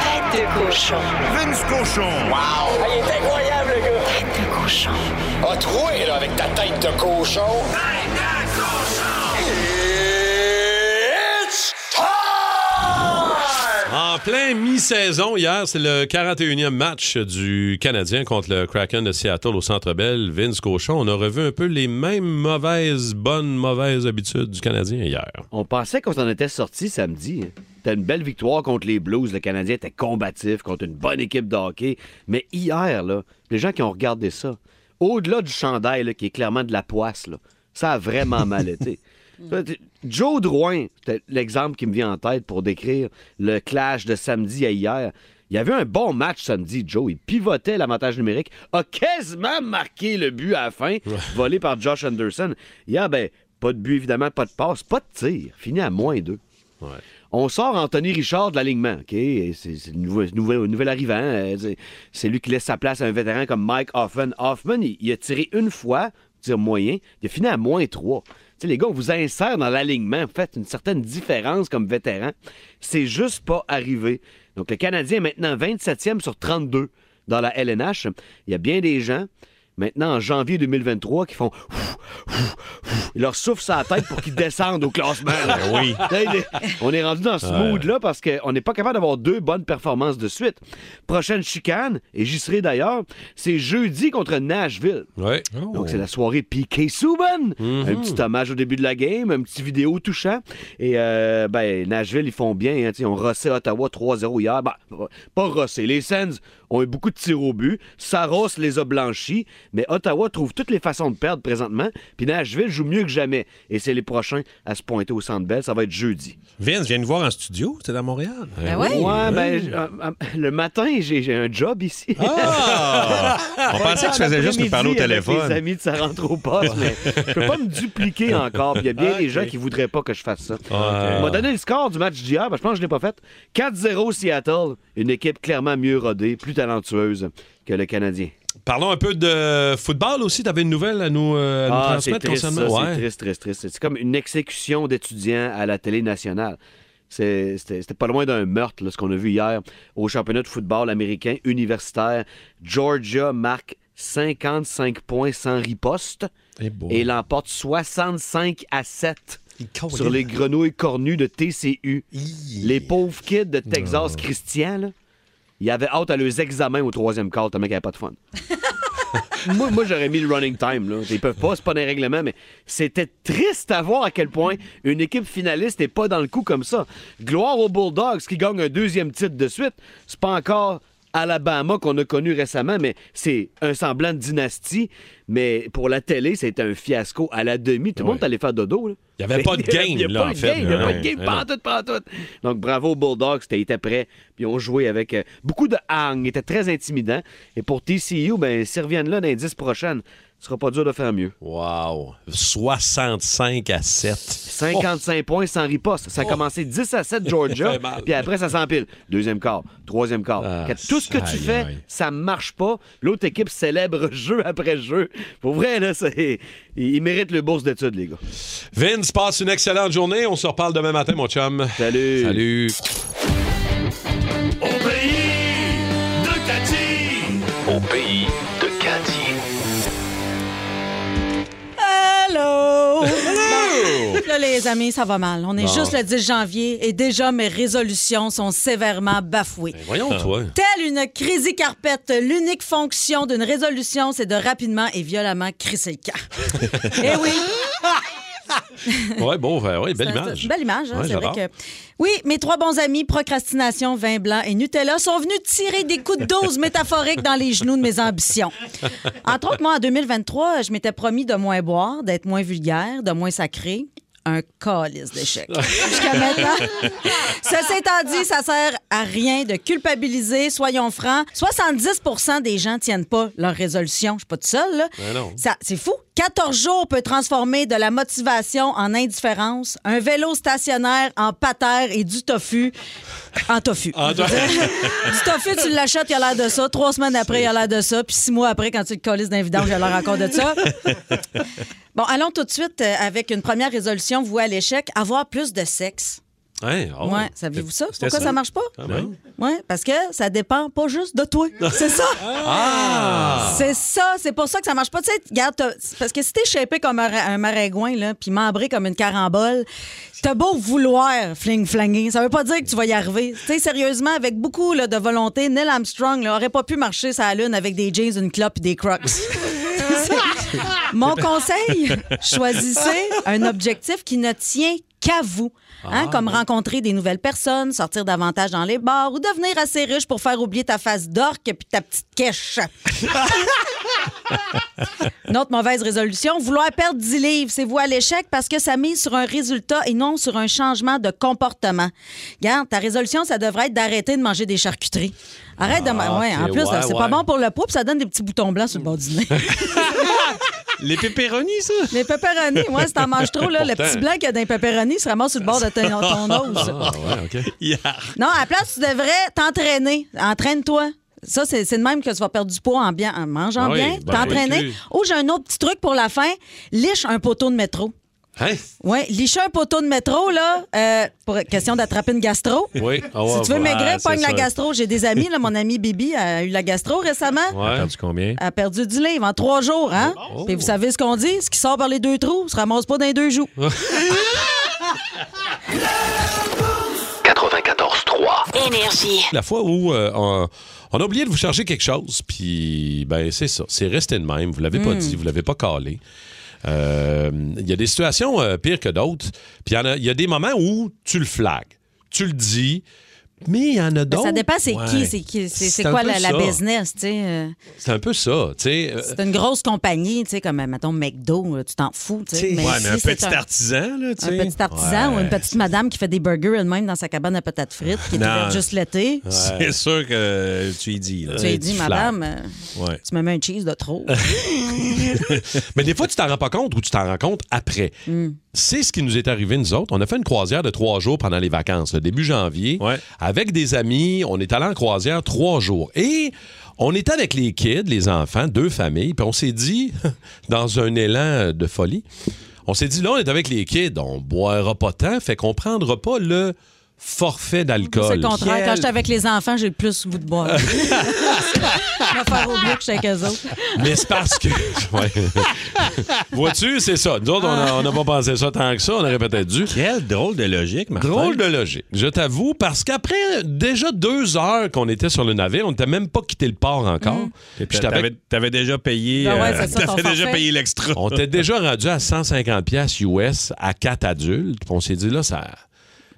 Speaker 11: Tête de cochon.
Speaker 1: Ah, il est incroyable, le gars!
Speaker 11: Tête de cochon.
Speaker 1: A troué, là, avec ta tête de cochon. Tête de cochon! It's time!
Speaker 2: En plein mi-saison, hier, c'est le 41e match du Canadien contre le Kraken de Seattle au Centre Bell. Vince Cochon, on a revu un peu les mêmes mauvaises, bonnes, mauvaises habitudes du Canadien hier.
Speaker 9: On pensait qu'on s'en était sorti samedi. hein. C'était une belle victoire contre les Blues. Le Canadien était combatif contre une bonne équipe de hockey. Mais hier, là, les gens qui ont regardé ça, au-delà du chandail là, qui est clairement de la poisse, là, ça a vraiment mal été. Ça, t- Joe Drouin, c'était l'exemple qui me vient en tête pour décrire le clash de samedi à hier. Il y avait un bon match samedi, Joe. Il pivotait l'avantage numérique, a quasiment marqué le but à la fin, volé par Josh Anderson. Hier, ben, pas de but, évidemment, pas de passe, pas de tir. Fini à moins deux. On sort Anthony Richard de l'alignement, OK? Et C'est c'est le nouveau, nouveau- nouvel arrivant. Euh, c'est- C'est lui qui laisse sa place à un vétéran comme Mike Hoffman. Hoffman, il, il a tiré une fois, tir moyen, il a fini à moins trois. Tu sais, les gars, on vous insère dans l'alignement, vous faites une certaine différence comme vétéran. C'est juste pas arrivé. Donc, le Canadien est maintenant 27e sur 32. dans la LNH, il y a bien des gens, maintenant en janvier 2023, qui font. Ouf, ouf, ouf. Ils leur soufflent sa tête pour qu'ils descendent au classement. là.
Speaker 2: Ben oui.
Speaker 9: Là, il est- On est rendu dans ce
Speaker 2: Ouais.
Speaker 9: mood-là parce qu'on n'est pas capable d'avoir deux bonnes performances de suite. Prochaine chicane, et j'y serai d'ailleurs, c'est jeudi contre Nashville.
Speaker 2: Ouais. Oh. Mhm.
Speaker 9: Donc, c'est la soirée P.K. Subban. Un petit hommage au début de la game, un petit vidéo touchant. Et, euh, ben, Nashville, ils font bien. Hein, tu sais, ils ont rossé Ottawa 3-0 hier. Ben, pas rossé. Les Sens ont eu beaucoup de tirs au but. Saros les a blanchis. Mais Ottawa trouve toutes les façons de perdre présentement. Puis Nashville joue mieux que jamais. Et c'est les prochains à se pointer au Centre Bell. Ça va être jeudi.
Speaker 3: Vince, viens nous voir en studio. C'était à Montréal.
Speaker 9: Ben ouais. Ouais, ben, j- euh, euh, le matin, j'ai j'ai un job ici.
Speaker 12: Ah! On pensait que tu faisais juste nous parler au
Speaker 9: L'après-midi avec
Speaker 12: téléphone.
Speaker 9: Les amis de ça rentre au poste, mais je peux pas me dupliquer encore. puis Il y a bien des gens qui voudraient pas que je fasse ça. On m'a donné le score du match d'hier, ben, je pense que je l'ai pas fait. 4-0 Seattle, une équipe clairement mieux rodée, plus talentueuse que le Canadien.
Speaker 2: Parlons un peu de football aussi. T'avais une nouvelle à nous, euh, à nous
Speaker 9: Ah, c'est
Speaker 2: transmettre
Speaker 9: triste, ça,
Speaker 2: concernant.
Speaker 9: C'est
Speaker 2: Ouais.
Speaker 9: triste, triste, triste. C'est comme une exécution d'étudiants à la télé nationale. C'est- C'était c'était pas loin d'un meurtre, là, ce qu'on a vu hier au championnat de football américain universitaire. Georgia marque 55 points sans riposte
Speaker 2: Eh boy.
Speaker 9: et l'emporte 65 à 7
Speaker 2: colle.
Speaker 9: sur les grenouilles cornues de TCU. Les pauvres kids de
Speaker 2: Ah.
Speaker 9: Texas Christian, là, ils avaient hâte à leurs examens au troisième quart, tellement qu'il n'y avait pas de fun. moi, moi, j'aurais mis le running time. Là. Ils peuvent pas, c'est pas des règlements, mais c'était triste à voir à quel point une équipe finaliste n'est pas dans le coup comme ça. Gloire aux Bulldogs qui gagnent un deuxième titre de suite. C'est pas encore Alabama qu'on a connu récemment, mais c'est un semblant de dynastie. Mais pour la télé, c'était un fiasco à la demi. Tout le monde est allé faire dodo. là.
Speaker 2: Il n'y avait pas de game,
Speaker 9: Il y a
Speaker 2: là,
Speaker 9: pas
Speaker 2: en
Speaker 9: de
Speaker 2: fait.
Speaker 9: game, il y a pas de
Speaker 2: Ouais,
Speaker 9: game,
Speaker 2: ouais.
Speaker 9: pantoute, pantoute. Donc, bravo aux Bulldogs, c'était- ils étaient prêts. Puis, ils ont joué avec euh, beaucoup de hang. Ils étaient très intimidants. Et pour TCU, ben, s'ils reviennent là dans les 10 prochaines, ce sera pas dur de faire mieux.
Speaker 2: Wow. 65 à Oh, 7.
Speaker 9: 55 points sans riposte. Ça a commencé 10 à 7
Speaker 2: Ça
Speaker 9: Georgia,
Speaker 2: fait Oh. mal. Ah,
Speaker 9: puis après ça s'empile. Deuxième quart, troisième quart. Quatre- Tout ce que tu
Speaker 2: aïe,
Speaker 9: fais,
Speaker 2: aïe.
Speaker 9: ça marche pas. L'autre équipe célèbre jeu après jeu. Pour vrai, là, c'est... ils ils méritent le bourse d'études, les gars.
Speaker 2: Vince, passe une excellente journée. On se reparle demain matin, mon chum.
Speaker 9: Salut.
Speaker 2: Salut.
Speaker 12: Au pays de Cathy! Au pays de Cathy!
Speaker 4: Hello!
Speaker 2: Hello!
Speaker 4: Là, les amis, ça va mal. On est
Speaker 2: Bon.
Speaker 4: juste le 10 janvier et déjà mes résolutions sont sévèrement bafouées.
Speaker 12: Ah.
Speaker 2: Voyons, toi.
Speaker 4: Telle une crazy carpette, l'unique fonction d'une résolution, c'est de rapidement et violemment crisser le camp. Eh oui!
Speaker 2: Ouais, bon, ouais, ouais, belle
Speaker 4: C'est un- c'est
Speaker 2: image.
Speaker 4: une Belle image, hein,
Speaker 2: Ouais,
Speaker 4: c'est vrai
Speaker 2: j'adore.
Speaker 4: que... Oui, mes trois bons amis, procrastination, vin blanc et Nutella, sont venus tirer des coups de dose métaphoriques dans les genoux de mes ambitions. Entre autres, moi, en 2023, je m'étais promis de moins boire, d'être moins vulgaire, de moins sacré. Un calice d'échecs. Jusqu'à maintenant. Ceci étant dit, ça sert à rien de culpabiliser, soyons francs. 70 des gens tiennent pas leur résolution. Je suis pas toute seule, là.
Speaker 11: Ben non.
Speaker 4: Ça, c'est fou. 14 jours peut transformer de la motivation en indifférence, un vélo stationnaire en patère et du tofu en tofu.
Speaker 11: Ah,
Speaker 2: En to-
Speaker 4: du tofu, tu l'achètes, il a l'air de ça. Trois semaines après, il a l'air de ça. Puis six mois après, quand tu le collises d'un vidange, il a l'air encore de ça. Bon, allons tout de suite euh, avec une première résolution vouée à l'échec, avoir plus de sexe.
Speaker 2: Ouais, oh.
Speaker 4: Ouais, savez-vous ça?
Speaker 2: C'était
Speaker 4: Pourquoi ça. marche pas?
Speaker 2: Ah ouais.
Speaker 4: Oui, parce que ça dépend pas juste de toi. C'est ça.
Speaker 2: Ah!
Speaker 4: C'est ça. C'est pour ça que ça marche pas. Tu sais, regarde, t'as- c'est parce que si t'es shapé comme un, ra- un maringouin, là, puis membré comme une carambole, t'as beau vouloir fling-flanger. Ça veut pas dire que tu vas y arriver. Tu sais, sérieusement, avec beaucoup là, de volonté, Neil Armstrong là, aurait pas pu marcher sur la Lune avec des jeans, une clope et des crocs. Mon conseil, choisissez un objectif qui ne tient qu'à vous.
Speaker 2: Ah,
Speaker 4: Hein, comme rencontrer des nouvelles personnes, sortir davantage dans les bars ou devenir assez riche pour faire oublier ta face d'orque et ta petite quiche. Une autre mauvaise résolution, vouloir perdre 10 livres, c'est voué à l'échec parce que ça mise sur un résultat et non sur un changement de comportement. Regarde, ta résolution, ça devrait être d'arrêter de manger des charcuteries. Arrête de
Speaker 2: Ah,
Speaker 4: manger. Ouais,
Speaker 2: ok,
Speaker 4: en plus,
Speaker 2: ouais,
Speaker 4: c'est pas
Speaker 2: ouais.
Speaker 4: bon pour le poids, puis ça donne des petits boutons blancs sur le bord du nez.
Speaker 3: Les pépéronis, ça?
Speaker 4: Les pepperoni, ouais, si t'en manges trop, là, le
Speaker 2: Pourtant.
Speaker 4: petit blanc qu'il y a d'un pepperoni se ramasse sur le bord de ton, ton nose.
Speaker 2: Ah, ouais, OK.
Speaker 4: Non, à la place, tu devrais t'entraîner. Entraîne-toi. Ça, c'est c'est de même que tu vas perdre du poids en, bien, en mangeant
Speaker 11: Ah oui,
Speaker 4: bien,
Speaker 11: ben,
Speaker 4: t'entraîner.
Speaker 11: oui.
Speaker 4: Ou j'ai un autre petit truc pour la fin, liche un poteau de métro.
Speaker 2: Hein?
Speaker 4: Ouais, licher un poteau de métro, là, euh, pour question d'attraper une gastro.
Speaker 2: Oui.
Speaker 11: Ah
Speaker 2: Ah
Speaker 4: si tu veux maigrir, pogne la gastro. J'ai des amis, là, mon ami Bibi a eu la gastro récemment.
Speaker 3: T'as perdu combien?
Speaker 4: Elle a perdu du livre en trois jours, hein?
Speaker 2: Oh.
Speaker 4: Puis vous savez ce qu'on dit? Ce qui sort par les deux trous se ramasse pas dans les deux joues.
Speaker 12: 94-3.
Speaker 7: Énergie.
Speaker 2: La fois où euh, on, on a oublié de vous charger quelque chose, puis ben c'est ça, c'est resté de même. Vous l'avez pas
Speaker 4: Hmm.
Speaker 12: Mm.
Speaker 2: dit, vous l'avez pas calé. Euh, Il y a des situations euh, pires que d'autres. Puis il y en a- il y, a des moments où tu le flagues, tu le dis, mais il y en a
Speaker 4: Ben,
Speaker 2: d'autres.
Speaker 4: ça dépend c'est
Speaker 2: Ouais.
Speaker 4: qui, c'est qui, c'est- c'est
Speaker 2: un
Speaker 4: quoi
Speaker 2: peu
Speaker 4: la, la
Speaker 2: ça.
Speaker 4: business, tu sais. euh,
Speaker 2: C'est un peu ça, tu sais. euh,
Speaker 4: C'est une grosse compagnie, tu sais, comme, mettons, McDo, euh, tu t'en fous, tu sais.
Speaker 2: Ouais, mais un
Speaker 4: si c'est
Speaker 2: petit artisan, là, tu
Speaker 4: Un
Speaker 2: sais.
Speaker 4: petit artisan
Speaker 2: Ouais.
Speaker 4: ou une petite madame qui fait des burgers elle-même dans sa cabane à patates frites, qui est
Speaker 3: Non.
Speaker 4: ouverte juste l'été.
Speaker 3: C'est sûr que tu y dis. là.
Speaker 4: Tu lui dis,
Speaker 3: flattes.
Speaker 4: madame, euh,
Speaker 2: Ouais.
Speaker 4: tu me mets un cheese de trop.
Speaker 2: Mais des fois, tu t'en rends pas compte ou tu t'en rends compte après.
Speaker 4: Hmm.
Speaker 2: C'est ce qui nous est arrivé, nous autres. On a fait une croisière de trois jours pendant les vacances, le début janvier, avec des amis. On est allé en croisière trois jours. Et on était avec les kids, les enfants, deux familles, puis on s'est dit, dans un élan de folie, on s'est dit, là, on est avec les kids, on boira pas tant, fait qu'on prendra pas le forfait d'alcool.
Speaker 4: C'est le contraire. Quand j'étais avec les enfants, j'ai le plus goût de boire. Je vais faire oublier que j'étais avec eux autres.
Speaker 2: Mais c'est parce que. Ouais. Vois-tu, c'est ça. Nous autres, on a- on n'a pas pensé ça tant que ça. On aurait peut-être dû. Quelle drôle de logique, Martin. Drôle de logique. Je t'avoue, parce qu'après déjà deux heures qu'on était sur le navire, on n'était même pas quitté le port encore. Puis
Speaker 3: Puis
Speaker 2: j'étais avec-
Speaker 3: Hmm. T'avais t'avais déjà payé.
Speaker 2: Ben ouais,
Speaker 3: euh,
Speaker 2: c'est ça, ton
Speaker 3: T'avais déjà
Speaker 2: forfait.
Speaker 3: payé l'extra.
Speaker 2: On était déjà rendu à 150 pièces US à quatre adultes. Puis on s'est dit là ça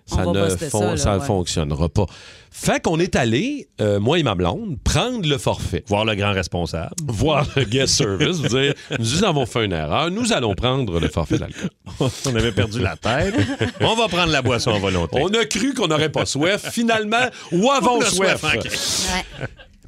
Speaker 2: ça
Speaker 12: On va
Speaker 2: ne
Speaker 12: buster
Speaker 2: fon-
Speaker 12: ça, là,
Speaker 2: ça ne
Speaker 12: ouais.
Speaker 2: fonctionnera pas. Fait qu'on est allé euh, moi et ma blonde prendre le forfait, voir le grand responsable, voir le guest service, dire nous avons fait une erreur, nous allons prendre le forfait d'alcool.
Speaker 3: On avait perdu la tête.
Speaker 2: On va prendre la boisson volontaire. On a cru qu'on n'aurait pas soif. Finalement, ou
Speaker 3: On
Speaker 2: avant
Speaker 3: a
Speaker 2: soif.
Speaker 3: soif, ok.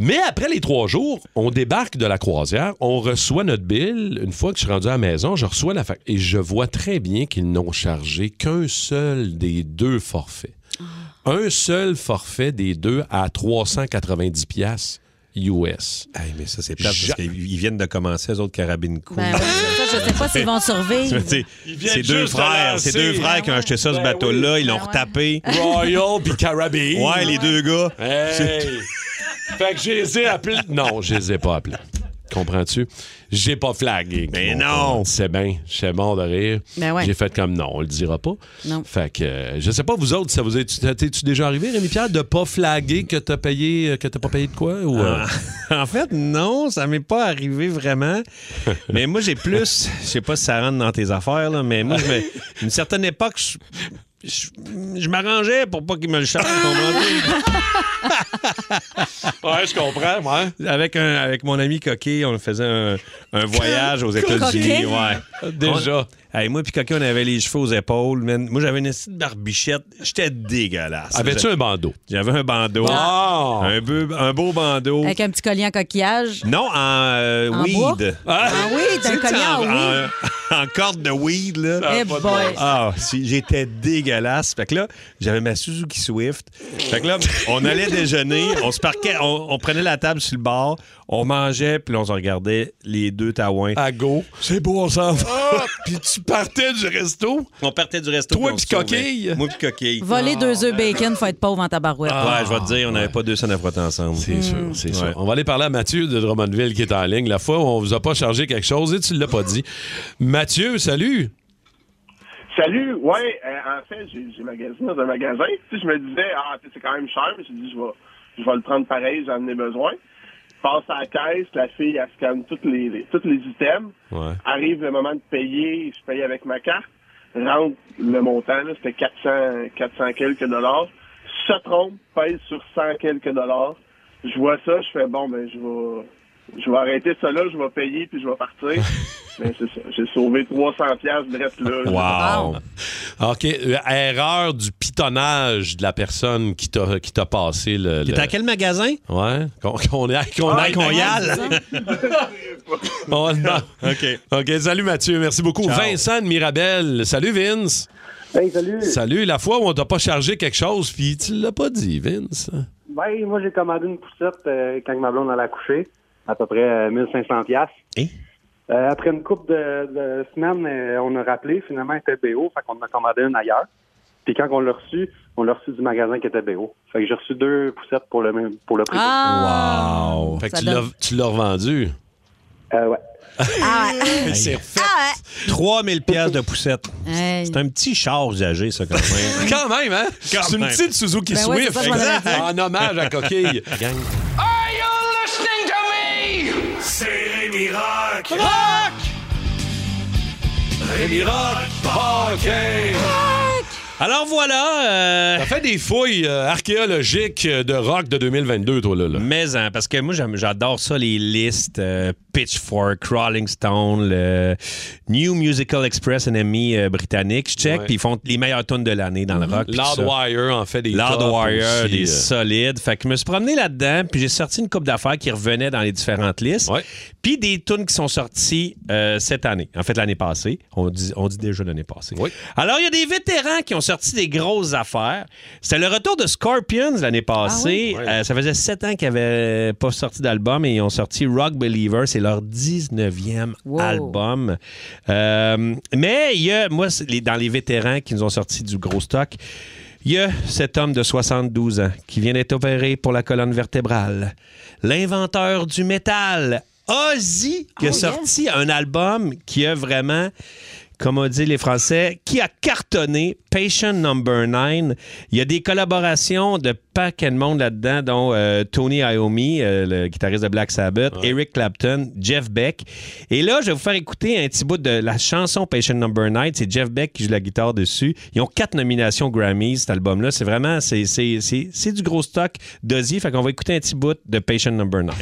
Speaker 2: Mais après les trois jours, on débarque de la croisière, on reçoit notre bill. Une fois que je suis rendu à la maison, je reçois la facture et je vois très bien qu'ils n'ont chargé qu'un seul des deux forfaits.
Speaker 3: Ah.
Speaker 2: Un seul forfait des deux à 390 pièces US.
Speaker 3: mais ça, c'est plate parce qu'ils viennent de commencer, eux autres, carabines coups.
Speaker 4: Ben ouais, c'est ça, je sais pas s'ils vont survivre. Ils viennent
Speaker 3: C'est deux
Speaker 4: juste de
Speaker 3: frères.
Speaker 4: lancer.
Speaker 3: C'est deux frères
Speaker 4: Ah
Speaker 3: qui ont acheté ça, ce bateau-là. Ils l'ont retapé.
Speaker 2: Royal puis Carabine.
Speaker 3: Ouais, les deux gars. C'est-
Speaker 2: Hey! fait que je les ai appelés. Non, je les ai pas appelés. Comprends-tu? J'ai pas flagué. Mais non! C'est bien, je suis mort de rire.
Speaker 12: Ben ouais.
Speaker 2: J'ai fait comme non, on le dira pas.
Speaker 12: Non.
Speaker 2: Fait que euh, je sais pas, vous autres, ça vous est. T'es-tu déjà arrivé, Rémi Pierre, de pas flaguer que t'as payé, euh, que t'as pas payé de quoi? Ou, euh,
Speaker 3: Ah, en fait, non, ça m'est pas arrivé vraiment. Mais moi, j'ai plus. Je sais pas si ça rentre dans tes affaires, là, mais moi, je me- une certaine époque, je, je- je m'arrangeais pour pas qu'ils me le chargent.
Speaker 2: ouais, je comprends, ouais.
Speaker 3: Avec, un, avec mon ami Coquet, on faisait un, un voyage aux États-Unis.
Speaker 2: Coquet?
Speaker 3: Ouais.
Speaker 2: Déjà.
Speaker 3: On- hey, moi, puis Coquet, on avait les cheveux aux épaules. man. Moi, j'avais une petite barbichette. J'étais dégueulasse.
Speaker 2: Avais-tu un bandeau?
Speaker 3: J'avais un bandeau.
Speaker 2: Ah!
Speaker 3: Un, beau, un beau bandeau.
Speaker 4: Avec un petit collier en coquillage.
Speaker 3: Non, en euh,
Speaker 4: En bois?
Speaker 3: Oh. weed.
Speaker 4: En weed, un collier en weed.
Speaker 3: en, en corde de weed, là.
Speaker 4: Eh boy.
Speaker 3: Ah, si, j'étais dégueulasse. Fait que là, j'avais ma Suzuki Swift. Fait que là, on allait déjeuner, on se parquait, on, on prenait la table sur le bord, on mangeait, puis là, on se regardait les deux taouins.
Speaker 2: À go. C'est beau, on s'en va.
Speaker 3: puis tu partais du resto. On partait du resto.
Speaker 2: Toi
Speaker 3: puis on
Speaker 2: pis
Speaker 3: se sauvait.
Speaker 2: Coquille.
Speaker 3: Moi, puis coquille.
Speaker 4: Voler deux œufs bacon, faut être pauvre en tabarouette.
Speaker 2: Ah.
Speaker 3: ouais, je vais te dire, on n'avait pas deux à frotter ensemble. Hmm.
Speaker 2: C'est sûr, c'est sûr. On va aller parler à Mathieu de Drummondville qui est en ligne. La fois où on vous a pas chargé quelque chose et tu l'as pas dit. Mathieu, salut!
Speaker 13: Salut, ouais, euh, en fait, j'ai j'ai magasiné dans un magasin. Tu sais, je me disais, ah, tu sais, c'est quand même cher, mais je me suis dit, je vais, je vais le prendre pareil, j'en ai besoin. Je passe à la caisse, la fille, elle scanne tous les, les- tous les items.
Speaker 2: Ouais.
Speaker 13: Arrive le moment de payer, je paye avec ma carte. Rentre le montant, là, c'était 400, 400 quelques dollars. Se trompe, pèse sur 100 quelques dollars. Je vois ça, je fais, bon, ben, je vais, je vais arrêter ça là, je vais payer, puis je vais partir. Ben, c'est ça. J'ai sauvé 300 piastres direct là.
Speaker 2: Wow! OK. euh, Erreur du pitonnage de la personne qui t'a qui t'a passé le.
Speaker 3: T'es
Speaker 2: le-
Speaker 3: à quel magasin?
Speaker 2: Ouais. Qu'on qu'on aille. Qu'on
Speaker 3: Ah,
Speaker 2: aille-
Speaker 3: qu'on y aille.
Speaker 2: Oh, non. OK. OK. Salut Mathieu. Merci beaucoup.
Speaker 12: Ciao.
Speaker 2: Vincent de Mirabel. Salut Vince.
Speaker 14: Hey, salut.
Speaker 2: Salut. La fois où on t'a pas chargé quelque chose, puis tu l'as pas dit, Vince.
Speaker 14: Ben, moi, j'ai commandé une poussette euh, quand ma blonde allait accoucher, à peu près euh, 1500 pièces. Euh, après une couple de, de semaines, euh, on a rappelé, finalement, elle était BO, fait qu'on en a commandé une ailleurs. Puis quand on l'a reçu, on l'a reçu du magasin qui était BO. Fait que j'ai reçu deux poussettes pour le même pour le prix.
Speaker 2: Ah! Wow! Fait que
Speaker 14: Ça
Speaker 2: tu
Speaker 14: donne-
Speaker 2: l'as- tu l'as revendu.
Speaker 14: Euh, ouais.
Speaker 3: C'est refait. 3000 pièces de poussette.
Speaker 4: Hey.
Speaker 3: C'est un petit char usagé, ça, quand même.
Speaker 2: Quand même, hein?
Speaker 3: Quand
Speaker 2: C'est une
Speaker 3: même.
Speaker 2: petite Suzuki
Speaker 3: Ben ouais,
Speaker 2: Swift.
Speaker 3: c'est ça, je m'en allais
Speaker 2: Exact.
Speaker 3: dire.
Speaker 2: En hommage à Coquille.
Speaker 12: Are you listening to me? C'est Rémi Rock. Rock! Rémi Rock, hockey.
Speaker 2: Alors voilà. T'as fait des fouilles euh, archéologiques euh, de rock de 2022, toi, là. là.
Speaker 3: Mais hein, parce que moi j'aime- j'adore ça, les listes euh, Pitchfork, Rolling Stone, le New Musical Express, un ami euh, britannique. Je check,
Speaker 2: Ouais. Mm-hmm.
Speaker 3: puis ils font les meilleures tunes de l'année dans le rock. puis tout ça.
Speaker 2: Loudwire en fait des tops
Speaker 3: Loudwire,
Speaker 2: aussi,
Speaker 3: des
Speaker 2: euh.
Speaker 3: solides. Fait que je me suis promené là-dedans, puis j'ai sorti une coupe d'affaires qui revenait dans les différentes listes. Puis des tunes qui sont sorties euh, cette année. En fait, l'année passée. On dit, on dit déjà l'année passée. Alors, il y a des vétérans qui ont sorti des grosses affaires. C'était le retour de Scorpions l'année passée. Euh, ça faisait sept ans qu'ils n'avaient pas sorti d'album et ils ont sorti Rock Believer. C'est leur 19e album. Euh, mais il y a, moi, c'est les- dans les vétérans qui nous ont sorti du gros stock, il y a cet homme de 72 ans qui vient d'être opéré pour la colonne vertébrale. L'inventeur du métal, Ozzy, qui a sorti un album qui a vraiment, comme on dit les Français, qui a cartonné Patient Number 9. Il y a des collaborations de paquet de monde là-dedans, dont euh, Tony Iommi, euh, le guitariste de Black Sabbath, Eric Clapton, Jeff Beck. Et là, je vais vous faire écouter un petit bout de la chanson Patient Number 9. C'est Jeff Beck qui joue la guitare dessus. Ils ont quatre nominations Grammys, cet album-là. C'est vraiment, c'est- c'est c'est- c'est du gros stock d'Ozzy. Fait qu'on va écouter un petit bout de Patient Number 9.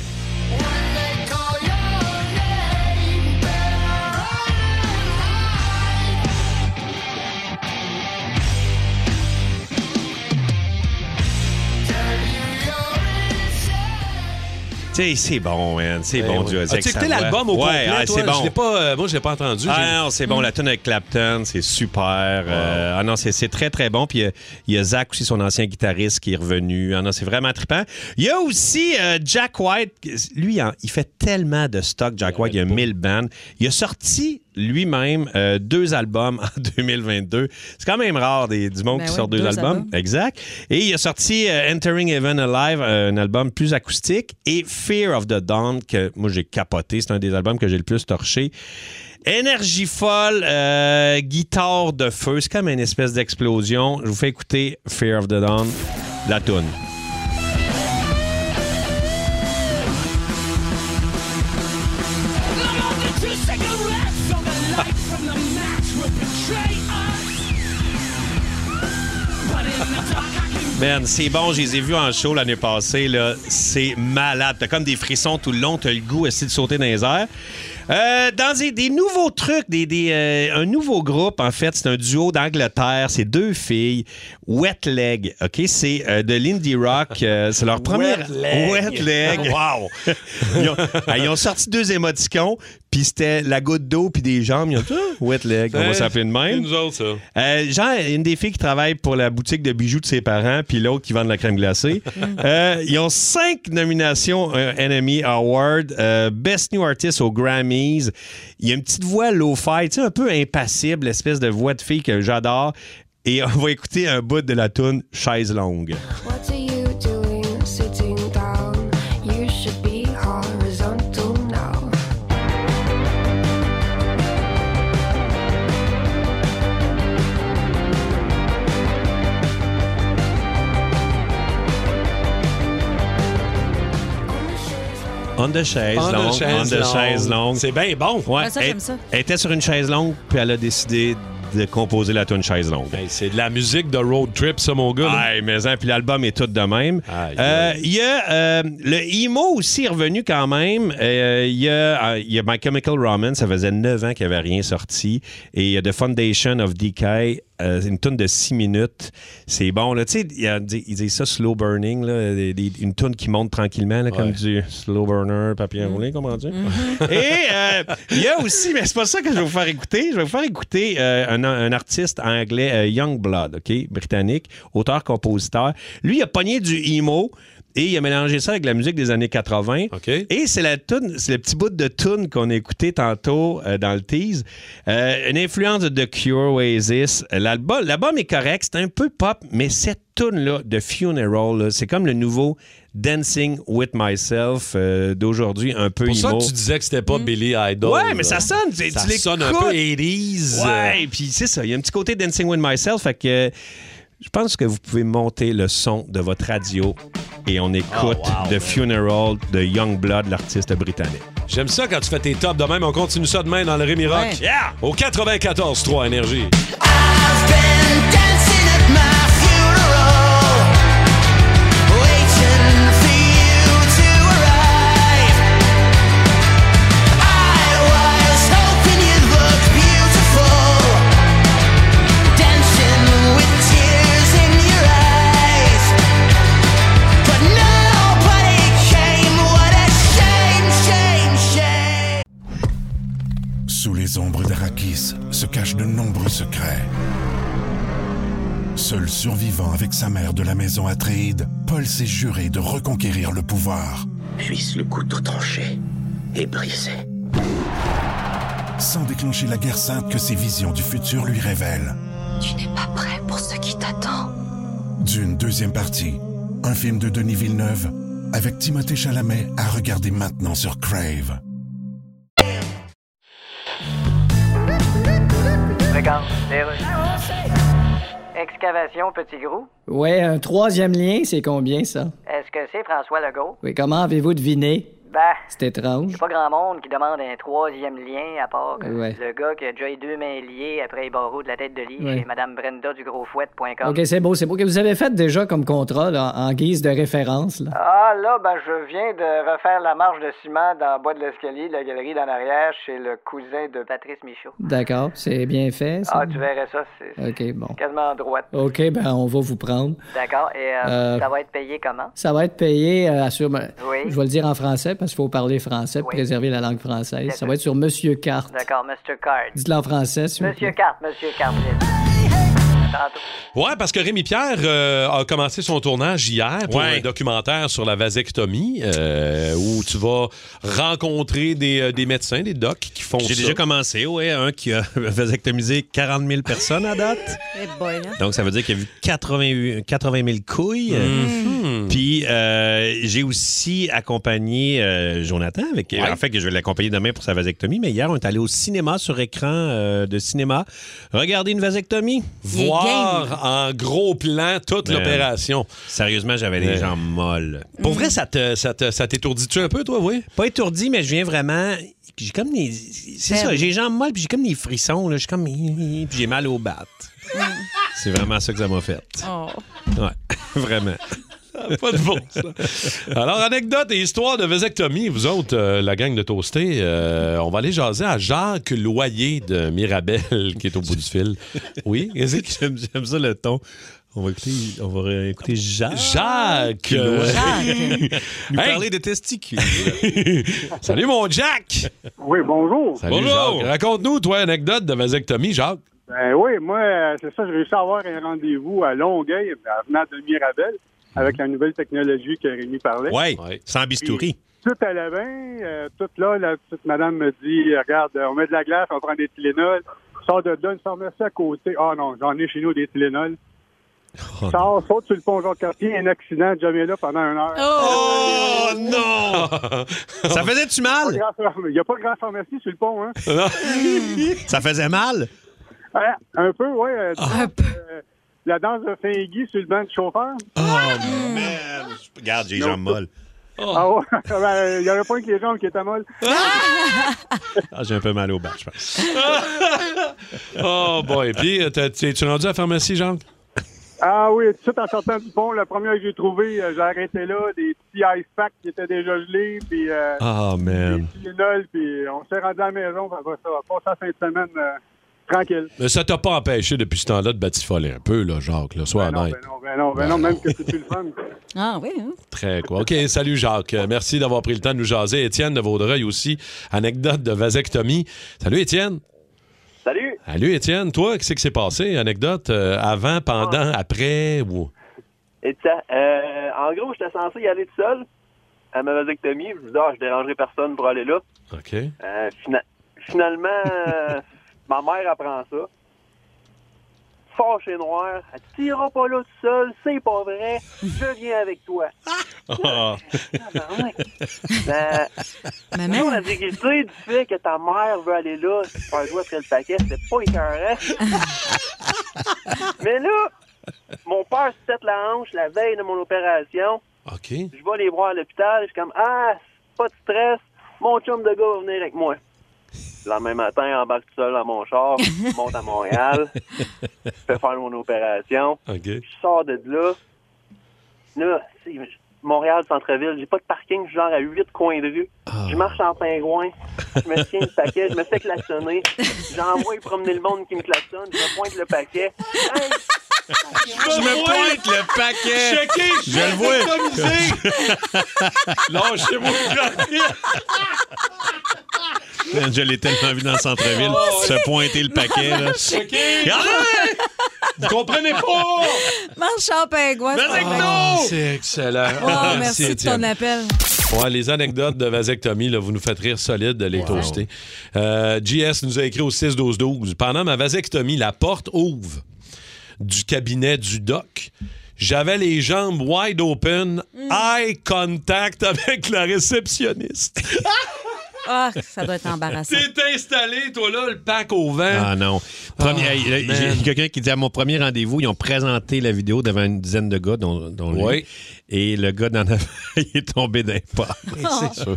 Speaker 3: Tu sais, c'est bon, man. C'est bon, Dieu.
Speaker 2: Ben As-tu écouté l'album au complet,
Speaker 3: Ouais, ah,
Speaker 2: toi?
Speaker 3: c'est bon.
Speaker 2: Je l'ai pas, euh, moi, je l'ai pas entendu. J'ai-
Speaker 3: Ah non, c'est bon. La tune avec Clapton, c'est super. Euh, ah non, c'est, c'est très, très bon. Puis il y a- il y, a Zach aussi, son ancien guitariste, qui est revenu. Ah non, c'est vraiment trippant. Il y a aussi euh, Jack White. Lui, hein, il fait tellement de stock, Jack White. Il y a 1000 bands. Il a sorti lui-même euh, deux albums en 2022. C'est quand même rare des, du monde
Speaker 2: Ben
Speaker 3: qui
Speaker 2: oui,
Speaker 3: sort deux,
Speaker 2: deux
Speaker 3: albums.
Speaker 2: albums.
Speaker 3: Exact. Et il a sorti euh, Entering Heaven Alive, euh, un album plus acoustique, et Fear of the Dawn, que moi j'ai capoté. C'est un des albums que j'ai le plus torché. Énergie folle, euh, guitare de feu. C'est comme une espèce d'explosion. Je vous fais écouter Fear of the Dawn, la toune. Man, Ben, c'est bon, je les ai vus en show l'année passée, là. C'est malade. T'as comme des frissons tout le long, t'as le goût aussi de sauter dans les airs. Euh, dans des, des nouveaux trucs, des, des, euh, un nouveau groupe, en fait, c'est un duo d'Angleterre, c'est deux filles, Wet Leg, OK? C'est euh, de l'indie rock, euh, c'est leur première...
Speaker 2: Leg.
Speaker 3: Wet Leg. Wow! ils, ont, ah, ils ont sorti deux émoticons, puis c'était la goutte d'eau, puis des jambes, ils ont dit, Ah, Wet Leg, on va s'appeler de
Speaker 2: C'est
Speaker 3: même.
Speaker 2: nous autres, ça.
Speaker 3: Euh, Jean, une des filles qui travaille pour la boutique de bijoux de ses parents, puis l'autre qui vend de la crème glacée. Euh, ils ont cinq nominations euh, NME Award, euh, Best New Artist aux Grammys. Il y a une petite voix low-fi, tu sais, un peu impassible, l'espèce de voix de fille que j'adore. Et on va écouter un bout de la tune Chaise longue.
Speaker 15: What are you doing sitting down? You should be horizontal now.
Speaker 3: On the chaise
Speaker 2: On the
Speaker 3: longue,
Speaker 2: chaise
Speaker 3: on the
Speaker 2: longue.
Speaker 3: chaise longue.
Speaker 2: C'est bien bon.
Speaker 3: Ouais,
Speaker 4: Ouais, Ah, ça,
Speaker 3: elle,
Speaker 4: j'aime ça.
Speaker 3: elle était sur une chaise longue, puis elle a décidé de composer la tune chaise longue.
Speaker 2: C'est de la musique de road trip, ça, mon gars. là.
Speaker 3: Aïe, mais hein, puis l'album est tout de même. Euh, Il y a euh, le emo aussi est revenu quand même. Euh, Il y, a, euh, il y a My Chemical Romance, ça faisait 9 ans qu'il n'y avait rien sorti. Et il y a The Foundation of Decay, euh, c'est une tune de 6 minutes. C'est bon, là. Tu sais, il y a- ils disent ça slow burning, là, des- des- une tune qui monte tranquillement, là, comme du slow burner, papier roulé, comment dire. Et euh, il y a aussi, mais c'est pas ça que je vais vous faire écouter. Je vais vous faire écouter euh, un, un artiste euh, anglais, Young Blood, OK, britannique, auteur-compositeur. Lui, il a pogné du emo. Et il a mélangé ça avec la musique des années 80. Et c'est la toune- c'est le petit bout de tune qu'on a écouté tantôt euh, dans le tease. Euh, une influence de The Cure, Oasis. L'album, l'album est correct, c'est un peu pop, mais cette tune là de Funeral, là, c'est comme le nouveau Dancing with Myself euh, d'aujourd'hui, un peu
Speaker 2: Pour ça
Speaker 3: emo.
Speaker 2: que tu disais que c'était pas
Speaker 3: Mm.
Speaker 2: Billy Idol.
Speaker 3: Ouais, mais ça sonne. Tu,
Speaker 2: ça
Speaker 3: tu l'écoutes.
Speaker 2: sonne un peu euh. 80s.
Speaker 3: Ouais, puis c'est ça. Il y a un petit côté Dancing with Myself. Fait que euh, je pense que vous pouvez monter le son de votre radio et on écoute
Speaker 2: Oh, wow.
Speaker 3: The Funeral de Youngblood, l'artiste britannique.
Speaker 2: J'aime ça quand tu fais tes tops de même. On continue ça demain dans le Rémi Rock.
Speaker 3: Ouais.
Speaker 2: Yeah! Au 94-3 Énergie.
Speaker 10: Sous les ombres d'Arakis se cachent de nombreux secrets. Seul survivant avec sa mère de la maison Atreide, Paul s'est juré de reconquérir le pouvoir.
Speaker 16: Puisse le couteau tranché et brisé.
Speaker 10: sans déclencher la guerre sainte que ses visions du futur lui révèlent.
Speaker 15: Tu n'es pas prêt pour ce qui t'attend.
Speaker 10: D'une deuxième partie, un film de Denis Villeneuve avec Timothée Chalamet à regarder maintenant sur Crave.
Speaker 5: Regarde, les rues. Excavation Petit Gros.
Speaker 6: Ouais, un troisième lien, c'est combien ça?
Speaker 5: Est-ce que c'est François Legault?
Speaker 6: Oui, comment avez-vous deviné?
Speaker 5: Ben,
Speaker 6: C'est étrange.
Speaker 5: c'est pas grand monde qui demande un troisième lien à part que
Speaker 6: Ouais.
Speaker 5: le gars qui a déjà eu deux mains liées après les barreaux de la tête de lit
Speaker 6: Ouais.
Speaker 5: chez Madame Brenda du Gros Fouette.com.
Speaker 6: OK, c'est beau, c'est beau. Que vous avez fait déjà comme contrat là, en guise de référence. Là.
Speaker 5: Ah là, ben je viens de refaire la marche de ciment dans le bas de l'escalier de la galerie d'en arrière chez le cousin de Patrice Michaud.
Speaker 6: D'accord, c'est bien fait. ça.
Speaker 5: Ah, tu verrais ça, c'est
Speaker 6: OK, bon.
Speaker 5: quasiment en droite.
Speaker 6: OK, ben on va vous prendre.
Speaker 5: D'accord, et euh,
Speaker 6: Euh,
Speaker 5: ça va être payé comment?
Speaker 6: Ça va être payé, euh, assurément.
Speaker 5: Oui.
Speaker 6: Je vais le dire en français parce qu'il faut parler français, pour
Speaker 5: Oui.
Speaker 6: préserver la langue française. Ça va être sur Monsieur Carte.
Speaker 5: D'accord, Mr. Card.
Speaker 6: Dites-le en français, s'il vous
Speaker 5: Monsieur
Speaker 6: plaît.
Speaker 5: Card, Monsieur Card. Tantôt.
Speaker 2: Ouais, parce que Rémi Pierre euh, a commencé son tournage hier pour un documentaire sur la vasectomie euh, où tu vas rencontrer des, euh, des médecins, des docs qui font
Speaker 3: J'ai
Speaker 2: ça.
Speaker 3: déjà commencé, ouais, un qui a vasectomisé 40 000 personnes à date.
Speaker 4: Eh boy, hein?
Speaker 3: Donc, ça veut dire qu'il y a eu 80, 80 000 couilles.
Speaker 2: Mhm.
Speaker 3: Puis, euh, j'ai aussi accompagné euh, Jonathan. Avec, En fait, que je vais l'accompagner demain pour sa vasectomie. Mais hier, on est allé au cinéma sur écran euh, de cinéma. Regarder une vasectomie.
Speaker 2: Il est Voir game. en gros plan toute l'opération.
Speaker 3: Sérieusement, j'avais les
Speaker 2: Ouais.
Speaker 3: jambes molles.
Speaker 2: Pour vrai, ça te- ça te- ça t'étourdit-tu un peu, toi, oui?
Speaker 3: Pas étourdi, mais je viens vraiment. J'ai comme des. C'est ça, j'ai les jambes molles, puis j'ai comme des frissons. là. Je suis comme. Puis j'ai mal au battes.
Speaker 2: Mm.
Speaker 3: C'est vraiment ça que ça m'a fait.
Speaker 4: Oh.
Speaker 3: Ouais, vraiment.
Speaker 2: Ah, Pas de bon sens. Alors, anecdote et histoire de vasectomie, vous autres, euh, la gang de Toasté, euh, on va aller jaser à Jacques Loyer de Mirabel, qui est au bout du fil. Oui,
Speaker 3: j'aime, ça le ton. On va écouter, on va écouter Jacques.
Speaker 2: Jacques!
Speaker 3: Loyer.
Speaker 4: Ah,
Speaker 2: Jacques!
Speaker 3: Nous parler de testicules.
Speaker 2: Salut, mon Jack!
Speaker 17: Oui, bonjour.
Speaker 2: Salut, Jacques. Raconte-nous, toi, anecdote de vasectomie, Jacques.
Speaker 17: Ben oui, moi, euh, c'est ça, j'ai réussi à avoir un rendez-vous à Longueuil, en venant de
Speaker 2: Mhm.
Speaker 17: Mirabel, avec la nouvelle technologie que Rémi parlait.
Speaker 3: Ouais, sans bistouri.
Speaker 17: Tout allait bien. euh, tout là, la petite madame me dit, regarde, euh, on met de la glace, on prend des Tylenol. Sors de là, une pharmacie à côté. Ah non, j'en ai chez nous des Tylenol.
Speaker 2: Oh
Speaker 17: Sors, saute sur le pont Jean-Cartier, un accident, jamais là pendant une heure.
Speaker 3: Oh,
Speaker 2: Ah,
Speaker 3: non! ça faisait-tu mal?
Speaker 17: Il n'y a pas de grande pharmacie sur le pont, hein?
Speaker 3: ça faisait mal?
Speaker 17: Ah, un peu, oui.
Speaker 4: Ah.
Speaker 17: euh, la danse de Saint-Guy sur le banc du chauffeur.
Speaker 2: Oh,
Speaker 4: Oh,
Speaker 18: Ah,
Speaker 3: Regarde, j'ai les jambes molles.
Speaker 4: Oh.
Speaker 17: Ah ouais, ben, il y en a pas un que les jambes qui étaient molles.
Speaker 3: Ah, j'ai un peu mal au bas, je pense.
Speaker 2: Oh, boy. Puis, euh, t'as- t'es- tu es rendu à la pharmacie, Jacques?
Speaker 17: Ah oui, tout de suite en sortant du pont, le premier que j'ai trouvé, euh, j'ai arrêté là, des petits ice packs qui étaient déjà gelés, puis euh,
Speaker 4: Ah.
Speaker 3: Oh, man.
Speaker 17: des Tylenol, puis on s'est rendu à la maison, puis après ça, on passe la fin de semaine euh, tranquille.
Speaker 2: Mais ça t'a pas empêché depuis ce temps-là de batifoler un peu, là, Jacques, là, sois honnête.
Speaker 17: Non, ben non, ben non, même que c'est plus le fun.
Speaker 4: Ah oui, hein?
Speaker 2: Très quoi. OK, salut Jacques. Euh, Merci d'avoir pris le temps de nous jaser. Étienne de Vaudreuil aussi, anecdote de vasectomie. Salut Étienne.
Speaker 19: Salut.
Speaker 17: Ah.
Speaker 2: Salut Étienne. Toi, qu'est-ce qui s'est passé? Anecdote euh, avant, pendant, après ou...
Speaker 8: Et tout ça. Euh, en gros, j'étais censé y aller tout seul à ma vasectomie. Je me disais, ah, je dérangerai personne pour aller là.
Speaker 2: OK.
Speaker 8: Euh, fina- finalement, euh, ma mère apprend ça. Fâchée noire, elle dit, t'iras pas là tout seul, c'est pas vrai, je viens avec toi.
Speaker 12: Ah.
Speaker 2: ah.
Speaker 8: Ben, nous, la difficulté du fait que ta mère veut aller là, se faire jouer après le paquet, c'est pas écœurant. Mais là, mon père se tête la hanche la veille de mon opération.
Speaker 2: OK.
Speaker 8: Je vais les voir à l'hôpital. Je suis comme, ah, pas de stress. Mon chum de gars va venir avec moi. Le lendemain matin, embarque tout seul dans mon char, je monte à Montréal, je fais faire mon opération.
Speaker 2: OK.
Speaker 8: Je sors de là. Là, c'est Montréal, centre-ville, j'ai pas de parking, je suis genre à 8 coins de rue. Je marche en pingouin, je me tiens le paquet, je me fais klaxonner. J'envoie promener le monde qui me klaxonne, je me pointe le paquet. Hey!
Speaker 2: Je me pointe le paquet. Checké, je
Speaker 12: Je le
Speaker 2: suis
Speaker 12: vois.
Speaker 2: Lâchez-moi
Speaker 19: Man, Je l'ai tellement vu dans le centre-ville.
Speaker 2: Oh,
Speaker 19: Se pointer le paquet. Là. Ah!
Speaker 2: Checké.
Speaker 19: Arrête!
Speaker 2: Vous comprenez pas!
Speaker 4: Marche en pingouin. c'est pas grave.
Speaker 2: C'est excellent.
Speaker 4: Wow, Oh! merci de
Speaker 2: Ah,
Speaker 4: ton
Speaker 2: Étienne.
Speaker 4: appel.
Speaker 2: Ouais, les anecdotes de vasectomie, là, vous nous faites rire solide de les toaster. Euh, JS nous a écrit au 6-12-12. Pendant ma vasectomie, la porte ouvre du cabinet du doc. J'avais les jambes wide open, eye contact avec la réceptionniste.
Speaker 4: Ah, ça doit être embarrassant.
Speaker 2: T'es installé, toi là, le pack au vent.
Speaker 19: Ah non. Premier,
Speaker 2: Ah,
Speaker 19: hey, là,
Speaker 2: man.
Speaker 19: j'ai- j'ai quelqu'un qui dit à mon premier rendez-vous, ils ont présenté la vidéo devant une dizaine de gars, dont, dont lui.
Speaker 2: Oui.
Speaker 19: Et le gars d'en avant, il est tombé d'un pas.
Speaker 2: C'est sûr.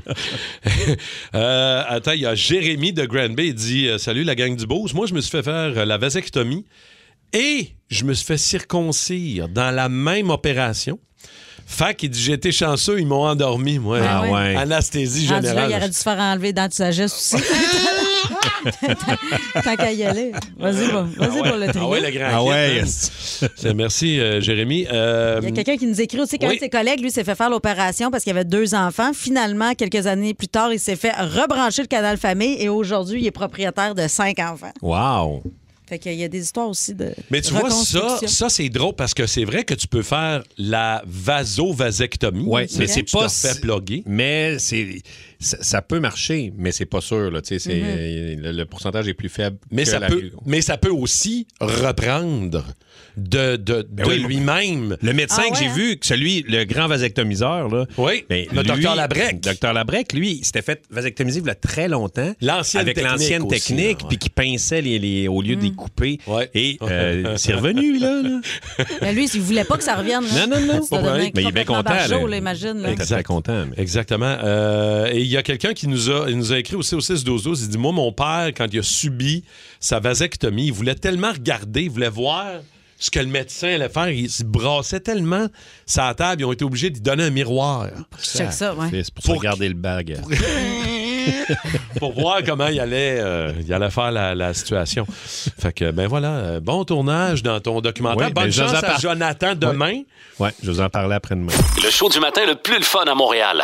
Speaker 2: Euh, attends, il y a Jérémy de Granby. Il dit euh, Salut la gang du Beauce. Moi, je me suis fait faire euh, la vasectomie et je me suis fait circoncire dans la même opération. Fac, il dit J'étais chanceux, ils m'ont endormi, moi.
Speaker 4: Ah ouais.
Speaker 2: Anesthésie
Speaker 4: Rendu là,
Speaker 2: générale.
Speaker 4: il aurait dû se faire enlever dans de sagesse aussi. Tant qu'à y aller. Vas-y, va- vas-y
Speaker 2: Ah ouais.
Speaker 4: pour le trio.
Speaker 2: Ah ouais, le grand
Speaker 19: Ah ouais,
Speaker 2: hit, man. C'est- Merci, euh, Jérémy. Euh,
Speaker 4: Il y a quelqu'un qui nous écrit aussi qu'un
Speaker 2: Oui.
Speaker 4: de ses collègues, lui, s'est fait faire l'opération parce qu'il avait deux enfants. Finalement, quelques années plus tard, il s'est fait rebrancher le canal famille et aujourd'hui, il est propriétaire de cinq enfants.
Speaker 19: Wow!
Speaker 4: Fait qu'il y a des histoires aussi de.
Speaker 2: Mais tu vois, ça,
Speaker 4: reconstruction.
Speaker 2: ça c'est drôle parce que c'est vrai que tu peux faire la vasovasectomie.
Speaker 19: Ouais, mais
Speaker 2: Tu
Speaker 19: c'est
Speaker 2: te
Speaker 19: pas.
Speaker 2: refais
Speaker 19: si- Mais c'est, ça, ça peut marcher, mais c'est pas sûr. Là, tu sais, c'est- le, le pourcentage est plus faible.
Speaker 2: Mm-hmm. Mais
Speaker 19: que
Speaker 2: ça,
Speaker 19: la
Speaker 2: peut,
Speaker 19: pilule.
Speaker 2: mais ça peut aussi reprendre de, de, de
Speaker 19: Ben oui.
Speaker 2: lui-même.
Speaker 19: Le médecin
Speaker 2: Ah
Speaker 19: que
Speaker 2: ouais,
Speaker 19: j'ai
Speaker 2: hein?
Speaker 19: vu, que celui, le grand vasectomiseur, là.
Speaker 2: Oui. le docteur Labrec.
Speaker 19: Docteur Labrec, lui, il s'était fait vasectomiser il y a très longtemps.
Speaker 2: L'ancienne
Speaker 19: Avec
Speaker 2: technique
Speaker 19: l'ancienne
Speaker 2: aussi,
Speaker 19: technique, puis qui pinçait les, les- au lieu de les
Speaker 2: Hmm.
Speaker 19: couper. Et euh, c'est revenu, là. là.
Speaker 4: Mais Ben, lui, il voulait pas que ça revienne. là.
Speaker 19: Non, non, non.
Speaker 4: Ça doit devenir
Speaker 19: Mais il est bien
Speaker 4: complètement
Speaker 19: content, là.
Speaker 4: barjo, là, imagine. là.
Speaker 19: Exact. content.
Speaker 2: Exactement. Euh, et il y a quelqu'un qui nous a, il nous a écrit aussi au 6-12-12. Il dit Moi, mon père, quand il a subi sa vasectomie, il voulait tellement regarder, il voulait voir ce que le médecin allait faire. Il se brassait tellement sa table, ils ont été obligés d'y donner un miroir.
Speaker 4: check ça, ouais.
Speaker 19: C'est pour, ça garder le bag.
Speaker 2: pour voir comment il allait, euh, il allait faire la, la situation. Fait que, ben voilà, euh, bon tournage dans ton documentaire.
Speaker 19: Oui,
Speaker 2: Bonne
Speaker 19: mais je vous en
Speaker 2: chance à
Speaker 19: par-
Speaker 2: Jonathan demain.
Speaker 19: Ouais, je vais vous en parler après-demain.
Speaker 20: Le show du matin le plus le fun à Montréal.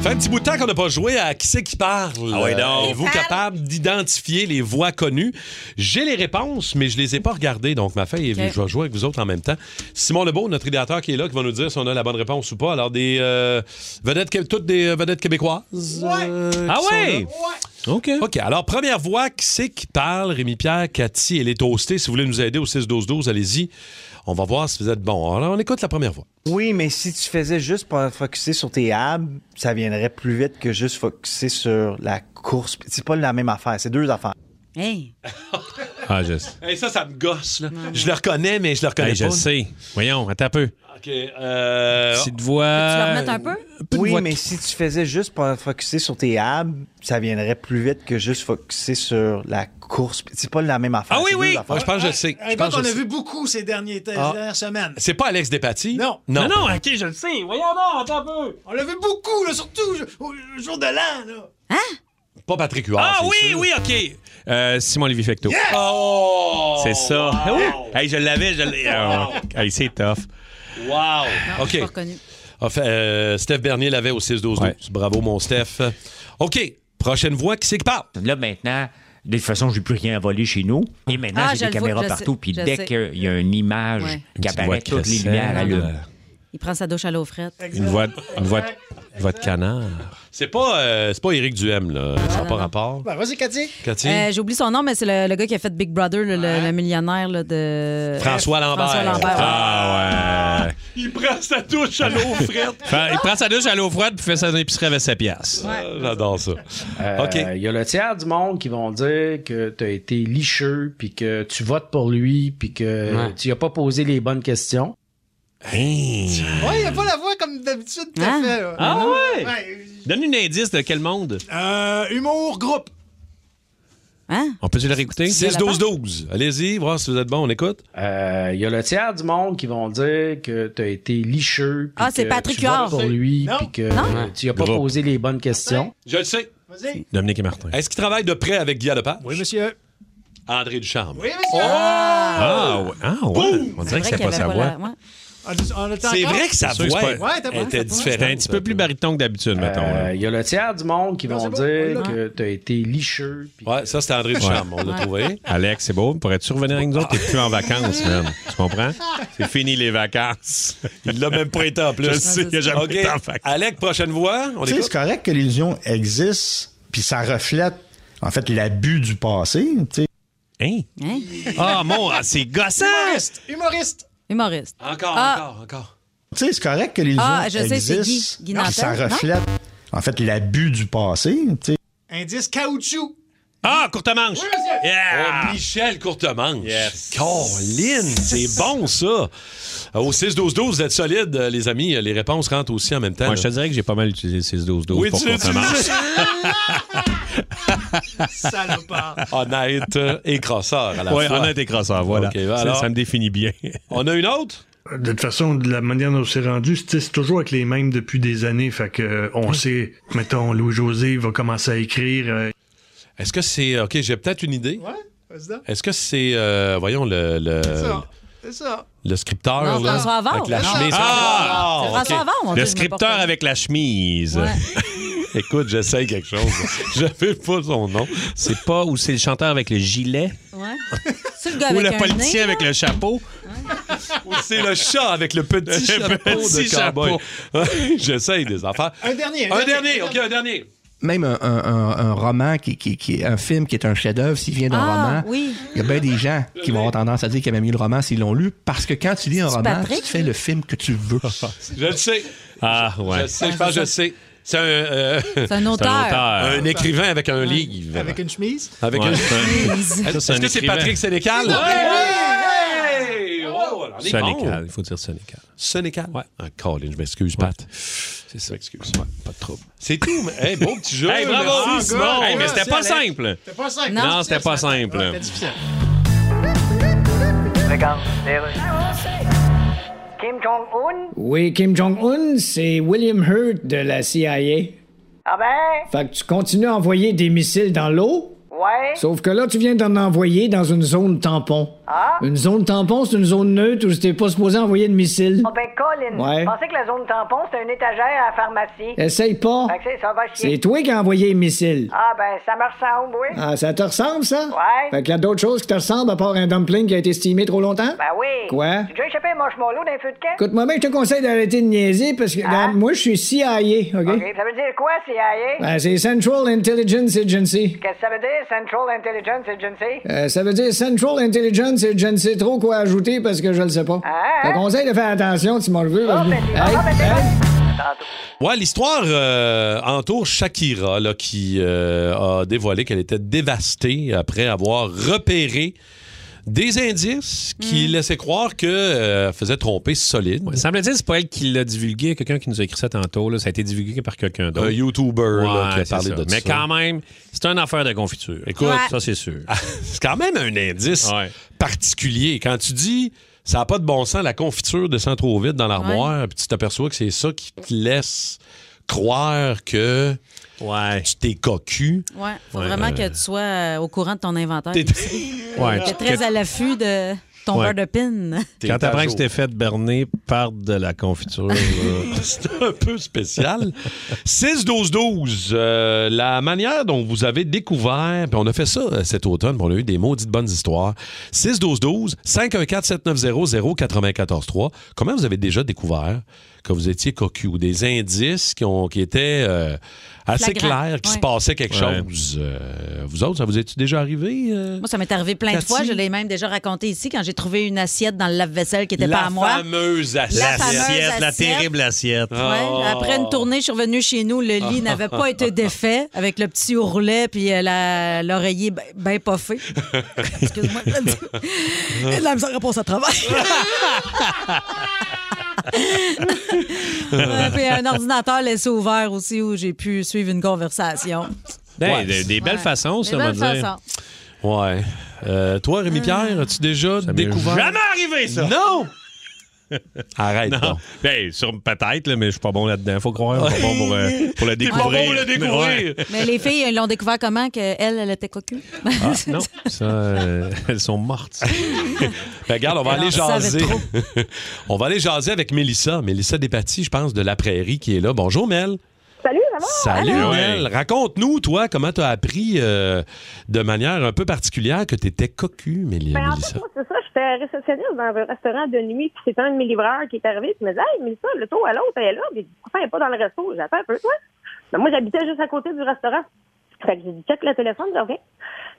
Speaker 2: Fait un petit bout de temps qu'on n'a pas joué à qui c'est qui parle.
Speaker 19: Ah oui, donc.
Speaker 2: Êtes-vous capable d'identifier les voix connues? J'ai les réponses, mais je les ai pas regardées, donc ma feuille est venue.
Speaker 19: Ok.
Speaker 2: Je vais jouer avec vous autres en même temps. Simon Lebeau, notre idéateur qui est là, qui va nous dire si on a la bonne réponse ou pas. Alors, des euh, vedettes, qué- toutes des euh, vedettes québécoises. euh, qui
Speaker 19: Ah
Speaker 2: sont
Speaker 19: ouais?
Speaker 2: là. OK. OK. Alors, première voix, qui c'est qui parle? Rémi Pierre, Cathy et les toastés. Si vous voulez nous aider au 6-12-12, allez-y. On va voir si vous êtes bon. Alors, on écoute la première voix.
Speaker 21: Oui, mais si tu faisais juste pour focuser sur tes abs, ça viendrait plus vite que juste focuser sur la course. C'est pas la même affaire, c'est deux affaires.
Speaker 4: Hey.
Speaker 19: Ah, je sais.
Speaker 2: Hey, ça, ça me gosse. Là. Je le reconnais, mais je le reconnais
Speaker 19: Hey, je
Speaker 2: pas.
Speaker 19: sais. Voyons, attends un peu.
Speaker 2: OK. Euh...
Speaker 19: Petite voix.
Speaker 2: Peux-tu
Speaker 21: la
Speaker 2: remettre un peu?
Speaker 21: Oui, mais si tu faisais juste pour focuser sur tes abs, ça viendrait plus vite que juste focuser sur la course. C'est pas la même affaire. Ah, c'est deux affaires.
Speaker 2: Ah Moi, je pense que je le sais. Je
Speaker 22: Un gars
Speaker 2: pense
Speaker 21: que
Speaker 22: qu'on
Speaker 21: je
Speaker 22: a
Speaker 21: sais.
Speaker 22: vu beaucoup ces derniers temps,
Speaker 2: Ah.
Speaker 22: ces dernières semaines.
Speaker 2: C'est pas Alex Despatie? Non.
Speaker 22: Non, non,
Speaker 2: OK, je le sais. Voyons donc, attends un peu.
Speaker 22: On l'a vu beaucoup, là, surtout je- au au jour de l'an. là.
Speaker 2: Pas Patrick Huard.
Speaker 19: Ah
Speaker 2: c'est
Speaker 19: oui,
Speaker 2: sûr.
Speaker 19: oui, OK. Euh, Simon-Lévy Fecteau.
Speaker 2: Oh!
Speaker 19: C'est ça. Hey, je l'avais, je l'ai. Ah, hey, c'est tough.
Speaker 2: Wow! OK. Enfin, euh, Steph Bernier l'avait au 6-12-12. Bravo, mon Steph. OK. Prochaine voix, qui c'est qui parle?
Speaker 21: Là, maintenant, de toute façon, j'ai plus rien à voler chez nous. Et maintenant,
Speaker 2: Ah, je
Speaker 21: j'ai des
Speaker 2: le vois,
Speaker 21: caméras
Speaker 2: je
Speaker 21: partout.
Speaker 4: sais,
Speaker 21: Puis
Speaker 4: je
Speaker 21: dès
Speaker 4: sais.
Speaker 21: qu'il y a une image
Speaker 4: Ouais.
Speaker 21: qui
Speaker 23: petite voix
Speaker 21: apparaît, toutes les
Speaker 23: crescent,
Speaker 21: lumières allument.
Speaker 4: Il prend sa douche à l'eau frette.
Speaker 2: euh, Une voix,
Speaker 23: une voix, une voix de canard.
Speaker 2: C'est pas, euh, c'est pas Éric Duhem, là. Ça n'a pas rapport.
Speaker 4: Ben, vas-y, Cathy.
Speaker 2: Cathy?
Speaker 4: Euh, J'ai oublié son nom, mais c'est le, le gars qui a fait Big Brother, le, le- le millionnaire là, de.
Speaker 2: François Lambert.
Speaker 4: François Lambert, ouais.
Speaker 3: Ah ouais.
Speaker 2: Il prend sa douche à l'eau frette.
Speaker 3: Fait- il prend sa douche à l'eau froide puis fait sa épicerie avec sa pièce.
Speaker 24: Ah,
Speaker 3: Euh,
Speaker 2: J'adore ça.
Speaker 3: OK.
Speaker 24: Euh, Il y a le tiers du monde qui vont dire que tu as été licheux, puis que tu votes pour lui, puis que
Speaker 12: Ouais.
Speaker 24: tu n'as pas posé les bonnes questions.
Speaker 12: Ouais, il a pas la voix comme d'habitude, tout à fait. là.
Speaker 3: Ah ouais? Donne une indice de quel monde?
Speaker 12: Euh, humour, groupe.
Speaker 4: Hein?
Speaker 2: On peut-tu le réécouter? 6-12-12. Allez-y, voir si vous êtes bon, on écoute.
Speaker 24: Euh, Il y a le tiers du monde qui vont dire que tu as été licheux, puis
Speaker 4: Ah, c'est
Speaker 24: que
Speaker 4: Patrick
Speaker 24: tu votes
Speaker 4: Huard.
Speaker 24: pour lui,
Speaker 4: Non.
Speaker 24: puis que
Speaker 4: Non.
Speaker 24: tu n'as pas
Speaker 2: Groupe.
Speaker 24: posé les bonnes questions.
Speaker 2: Je le sais.
Speaker 12: Vas-y.
Speaker 3: Dominique et Martin.
Speaker 2: Est-ce qu'il travaille de près avec Guy Lepage?
Speaker 12: Oui, monsieur.
Speaker 2: André Ducharme.
Speaker 12: Oui, monsieur.
Speaker 2: Ah, ouais. Ah, ouais. On dirait que c'est pas sa voix.
Speaker 12: Ah,
Speaker 24: C'est vrai
Speaker 2: que sa
Speaker 24: C'est sûr que voix c'est pas-
Speaker 12: ouais, t'as pas-
Speaker 2: était
Speaker 24: t'as pas-
Speaker 2: différente.
Speaker 3: C'était un petit peu plus bariton que d'habitude, mettons.
Speaker 24: Euh,
Speaker 3: là.
Speaker 24: Il y a le tiers du monde qui
Speaker 3: Non,
Speaker 24: vont
Speaker 3: c'est
Speaker 24: dire
Speaker 3: bon, on l'a.
Speaker 24: que tu as été licheux.
Speaker 2: Ouais, ça, c'était André Ducharme, on l'a trouvé.
Speaker 3: Alex, c'est beau. Pourrais-tu revenir avec nous autres? T'es plus en vacances, man. Tu comprends? C'est fini les vacances.
Speaker 2: Il l'a même pas été en plus.
Speaker 3: Je sais, il a jamais
Speaker 2: OK.
Speaker 3: été en vacances.
Speaker 2: Alec, prochaine voix. On
Speaker 25: Tu sais,
Speaker 2: écoute.
Speaker 25: c'est correct que l'illusion existe, puis ça reflète, en fait, l'abus du passé, tu sais.
Speaker 3: Hein? Ah, mon, ah, c'est gossant!
Speaker 12: Humoriste. Humoriste.
Speaker 4: Humoriste.
Speaker 2: Encore,
Speaker 4: Ah.
Speaker 2: encore, encore.
Speaker 25: Tu sais, c'est correct que l'illusion
Speaker 12: Ah, je sais, c'est
Speaker 25: existe,
Speaker 12: Guy- Guy
Speaker 25: puis ça
Speaker 12: Nantel, non?
Speaker 25: reflète, en fait, l'abus du passé, tu sais.
Speaker 12: Indice caoutchouc.
Speaker 3: Ah, courte manche.
Speaker 12: Oui, monsieur.
Speaker 2: Oh, Michel Courtemanche. Caroline, c'est bon, ça. Euh, Au 6-12-12, vous êtes solides, euh, les amis. Les réponses rentrent aussi en même temps.
Speaker 3: Moi, je te dirais que j'ai pas mal utilisé ces 12-12
Speaker 2: Oui,
Speaker 3: pour
Speaker 2: tu l'as
Speaker 3: courte manche.
Speaker 12: Salopard.
Speaker 2: Honnête euh, et crosseur à la
Speaker 3: Ouais,
Speaker 2: fois.
Speaker 3: honnête et crosseur, voilà.
Speaker 2: OK, ben
Speaker 3: Ça-
Speaker 2: alors.
Speaker 3: ça me définit bien.
Speaker 2: On a une autre?
Speaker 26: De toute façon, de la manière dont c'est rendu, c'est c'est toujours avec les mêmes depuis des années. Fait que euh, on sait, mettons, Louis-José va commencer à écrire. euh,
Speaker 2: Est-ce que c'est. euh, OK, j'ai peut-être une idée.
Speaker 12: Vas-y donc.
Speaker 2: Est-ce que c'est. euh, voyons, le. le...
Speaker 12: C'est
Speaker 3: Euh,
Speaker 12: ça. C'est ça.
Speaker 2: le scripteur,
Speaker 12: Non,
Speaker 2: là,
Speaker 12: François Havard.
Speaker 2: avec la
Speaker 12: Non,
Speaker 2: chemise.
Speaker 12: c'est
Speaker 2: Ah!
Speaker 12: François Havard. C'est François
Speaker 2: OK.
Speaker 12: Havard, mon Dieu,
Speaker 3: Le
Speaker 12: je me porte
Speaker 3: scripteur avec la chemise.
Speaker 2: Écoute, j'essaye quelque chose. J'avais pas son nom.
Speaker 3: C'est pas ou c'est le chanteur avec le gilet
Speaker 4: Ouais. C'est le gars
Speaker 3: ou
Speaker 4: avec
Speaker 3: le
Speaker 4: un
Speaker 3: politicien
Speaker 4: nez,
Speaker 3: avec
Speaker 4: là?
Speaker 3: le chapeau.
Speaker 2: Ou c'est le chat avec le petit
Speaker 3: Le
Speaker 2: chapeau
Speaker 3: petit
Speaker 2: de cowboy. J'essaye des affaires.
Speaker 12: Un dernier.
Speaker 2: Un dernier, OK, un dernier.
Speaker 18: Même un, un- un- un roman, qui, qui, qui est un film qui est un chef-d'œuvre, s'il vient d'un
Speaker 4: Ah,
Speaker 18: roman,
Speaker 4: oui.
Speaker 18: il y a bien des gens qui vont avoir tendance à dire qu'ils aiment mieux le roman s'ils l'ont lu, parce que quand tu lis un
Speaker 4: C'est
Speaker 18: roman,
Speaker 4: Patrick?
Speaker 18: tu fais le film que tu veux.
Speaker 2: Je le sais. Ah, ouais. Je, sais, je pense que je le sais. C'est un, euh,
Speaker 12: C'est un auteur.
Speaker 2: Un,
Speaker 12: Un
Speaker 2: écrivain avec un livre.
Speaker 12: Avec une chemise.
Speaker 2: Avec
Speaker 3: Ouais,
Speaker 2: un-
Speaker 3: c'est un-
Speaker 2: Est-ce
Speaker 3: Ça, c'est un
Speaker 2: que c'est
Speaker 3: écrivain.
Speaker 2: Patrick Sénécal?
Speaker 12: Oui,
Speaker 2: oui, oui. Oh, on est
Speaker 3: Sénécal,
Speaker 2: bon.
Speaker 3: il faut dire Sénécal.
Speaker 2: Sénécal? Ouais. Ah, Colin, je m'excuse, Pat. C'est ça, excuse. Ouais, pas de trouble. C'est tout. mais- Hey, beau petit jeu.
Speaker 3: Hey, bravo,
Speaker 2: merci,
Speaker 3: Simon.
Speaker 2: Simon.
Speaker 3: Hey, mais c'était
Speaker 2: Merci,
Speaker 3: pas
Speaker 2: Alex.
Speaker 3: simple.
Speaker 12: C'était pas simple.
Speaker 3: Non, c'était pas simple.
Speaker 12: Ouais, C'était difficile.
Speaker 5: Regarde, les rues. Kim Jong-un?
Speaker 6: Oui, Kim Jong-un, c'est William Hurt de la CIA.
Speaker 5: Ah ben?
Speaker 6: Fait que tu continues à envoyer des missiles dans l'eau,
Speaker 5: Ouais.
Speaker 6: sauf que là, tu viens d'en envoyer dans une zone tampon.
Speaker 5: Ah?
Speaker 6: Une zone tampon, c'est une zone neutre où t'es pas supposé envoyer de missiles.
Speaker 5: Ah ben, Colin.
Speaker 6: Ouais.
Speaker 5: Je pensais que la zone tampon, c'était une étagère à la pharmacie.
Speaker 6: Essaye pas.
Speaker 5: Fait que c'est- ça va chier.
Speaker 6: C'est toi qui as envoyé les missiles.
Speaker 5: Ah ben, ça me ressemble, oui.
Speaker 6: Ah, ça te ressemble, ça?
Speaker 5: Ouais.
Speaker 6: Fait qu'il y a d'autres choses qui te ressemblent à part un dumpling qui a été steamé trop longtemps?
Speaker 5: Ben oui.
Speaker 6: Quoi?
Speaker 5: J'ai déjà échappé un marshmallow d'un feu de camp.
Speaker 6: Écoute-moi bien, je te conseille d'arrêter de niaiser parce que regarde, moi, je suis CIA, OK?
Speaker 5: Hein? OK, Ça veut dire quoi, CIA?
Speaker 6: Ben, c'est Central Intelligence Agency.
Speaker 5: Qu'est-ce que ça veut dire, Central Intelligence Agency?
Speaker 6: Euh, ça veut dire Central Intelligence et je ne sais trop quoi ajouter parce que je le sais pas.
Speaker 5: Hein,
Speaker 6: Te conseille de faire attention, tu m'en veux.
Speaker 5: Oh,
Speaker 6: parce que-
Speaker 5: ben,
Speaker 6: Hey, hey.
Speaker 2: Ouais, l'histoire euh, entoure Shakira, là, qui euh, a dévoilé qu'elle était dévastée après avoir repéré des indices
Speaker 3: Mm.
Speaker 2: qui laissaient croire que euh, faisait tromper solide.
Speaker 3: Semble-t-il, c'est pas elle qui l'a divulgué. Il y a quelqu'un qui nous a écrit ça tantôt. là. Ça a été divulgué par quelqu'un d'autre.
Speaker 2: Un YouTuber là,
Speaker 3: Ouais,
Speaker 2: qui a
Speaker 3: c'est
Speaker 2: parlé
Speaker 3: ça.
Speaker 2: de
Speaker 3: Mais
Speaker 2: ça.
Speaker 3: quand même, c'est une affaire de confiture.
Speaker 2: Écoute, Ouais.
Speaker 3: ça, c'est sûr.
Speaker 2: Ah, c'est quand même un indice particulier. Quand tu dis ça n'a pas de bon sens, la confiture descend trop vite dans l'armoire, puis tu t'aperçois que c'est ça qui te laisse croire que tu t'es cocu. Euh.
Speaker 4: Ouais. Faut vraiment que tu sois euh, au courant de ton inventaire.
Speaker 2: T'es-
Speaker 4: T'es
Speaker 2: Ouais,
Speaker 4: très
Speaker 2: que-
Speaker 4: à l'affût de. ton
Speaker 3: Ouais.
Speaker 4: verre de pin.
Speaker 3: Quand t'apprends que c'était fait berner par de la confiture, là.
Speaker 2: C'est un peu spécial. 6-12-12, euh, la manière dont vous avez découvert, puis on a fait ça euh, cet automne, puis on a eu des maudites bonnes histoires. 6-12-12, 514-790-0943. Comment vous avez déjà découvert que vous étiez cocu ou des indices qui, ont, qui étaient euh, assez
Speaker 4: Flagrants,
Speaker 2: clairs, qu'il se
Speaker 4: ouais.
Speaker 2: passait quelque
Speaker 3: Ouais.
Speaker 2: chose? Euh, vous autres, ça vous est déjà arrivé? euh?
Speaker 4: Moi, ça m'est arrivé plein
Speaker 2: Cathy?
Speaker 4: de fois. Je l'ai même déjà raconté ici quand j'ai trouvé une assiette dans le lave-vaisselle qui n'était
Speaker 2: la
Speaker 4: pas à moi.
Speaker 2: fameuse assiette.
Speaker 4: La fameuse L'assiette, la assiette. terrible
Speaker 3: assiette.
Speaker 4: Ouais, Après une tournée, je suis revenue chez nous. Le lit n'avait pas été défait avec le petit ourlet puis euh, la- l'oreiller bien ben poffé. Excuse-moi.
Speaker 3: Euh.
Speaker 4: Et de la misère à passer à travail. Euh, puis un ordinateur laissé ouvert aussi où j'ai pu suivre une conversation.
Speaker 3: Ben, des, des belles
Speaker 4: Ouais.
Speaker 3: façons, ça,
Speaker 4: Des
Speaker 3: on va
Speaker 4: belles
Speaker 3: dire.
Speaker 4: façons.
Speaker 2: Ouais. Euh, toi, Rémi-Pierre, as-tu déjà découvert?
Speaker 3: jamais arrivé, ça!
Speaker 2: Non! Arrête.
Speaker 3: Non. Ben, sur- peut-être, là, mais je suis pas bon là-dedans. Faut croire. Je suis pas bon pour, euh, pour le
Speaker 2: T'es pas
Speaker 3: découvrir.
Speaker 2: bon pour le découvrir.
Speaker 3: Ouais.
Speaker 4: Mais les filles, elles l'ont découvert comment qu'elle, elle était cocu?
Speaker 3: Ah, non, ça, euh, elles sont mortes.
Speaker 2: Ben, regarde, on va
Speaker 4: Alors,
Speaker 2: aller
Speaker 4: ça avait
Speaker 2: jaser.
Speaker 4: trop.
Speaker 2: on va aller jaser avec Mélissa. Mélissa Despatie, je pense, de La Prairie qui est là. Bonjour, Mel.
Speaker 11: Salut, ça va?
Speaker 2: Salut,
Speaker 11: Allô?
Speaker 2: Mel. Raconte-nous, toi, comment tu as appris euh, de manière un peu particulière que tu étais cocu, Mél-
Speaker 11: Ben, en
Speaker 2: Mélissa.
Speaker 11: fait, moi, c'est ça, j'étais réceptionniste dans un restaurant de nuit, puis c'est un de mes livreurs qui est arrivé, puis il me dit Hey, mais ça, le taux à l'autre, elle est là, mais pourquoi elle n'est pas dans le resto J'attends un peu, toi. Ben, moi, j'habitais juste à côté du restaurant. Fait que j'ai dit Check le téléphone, je reviens.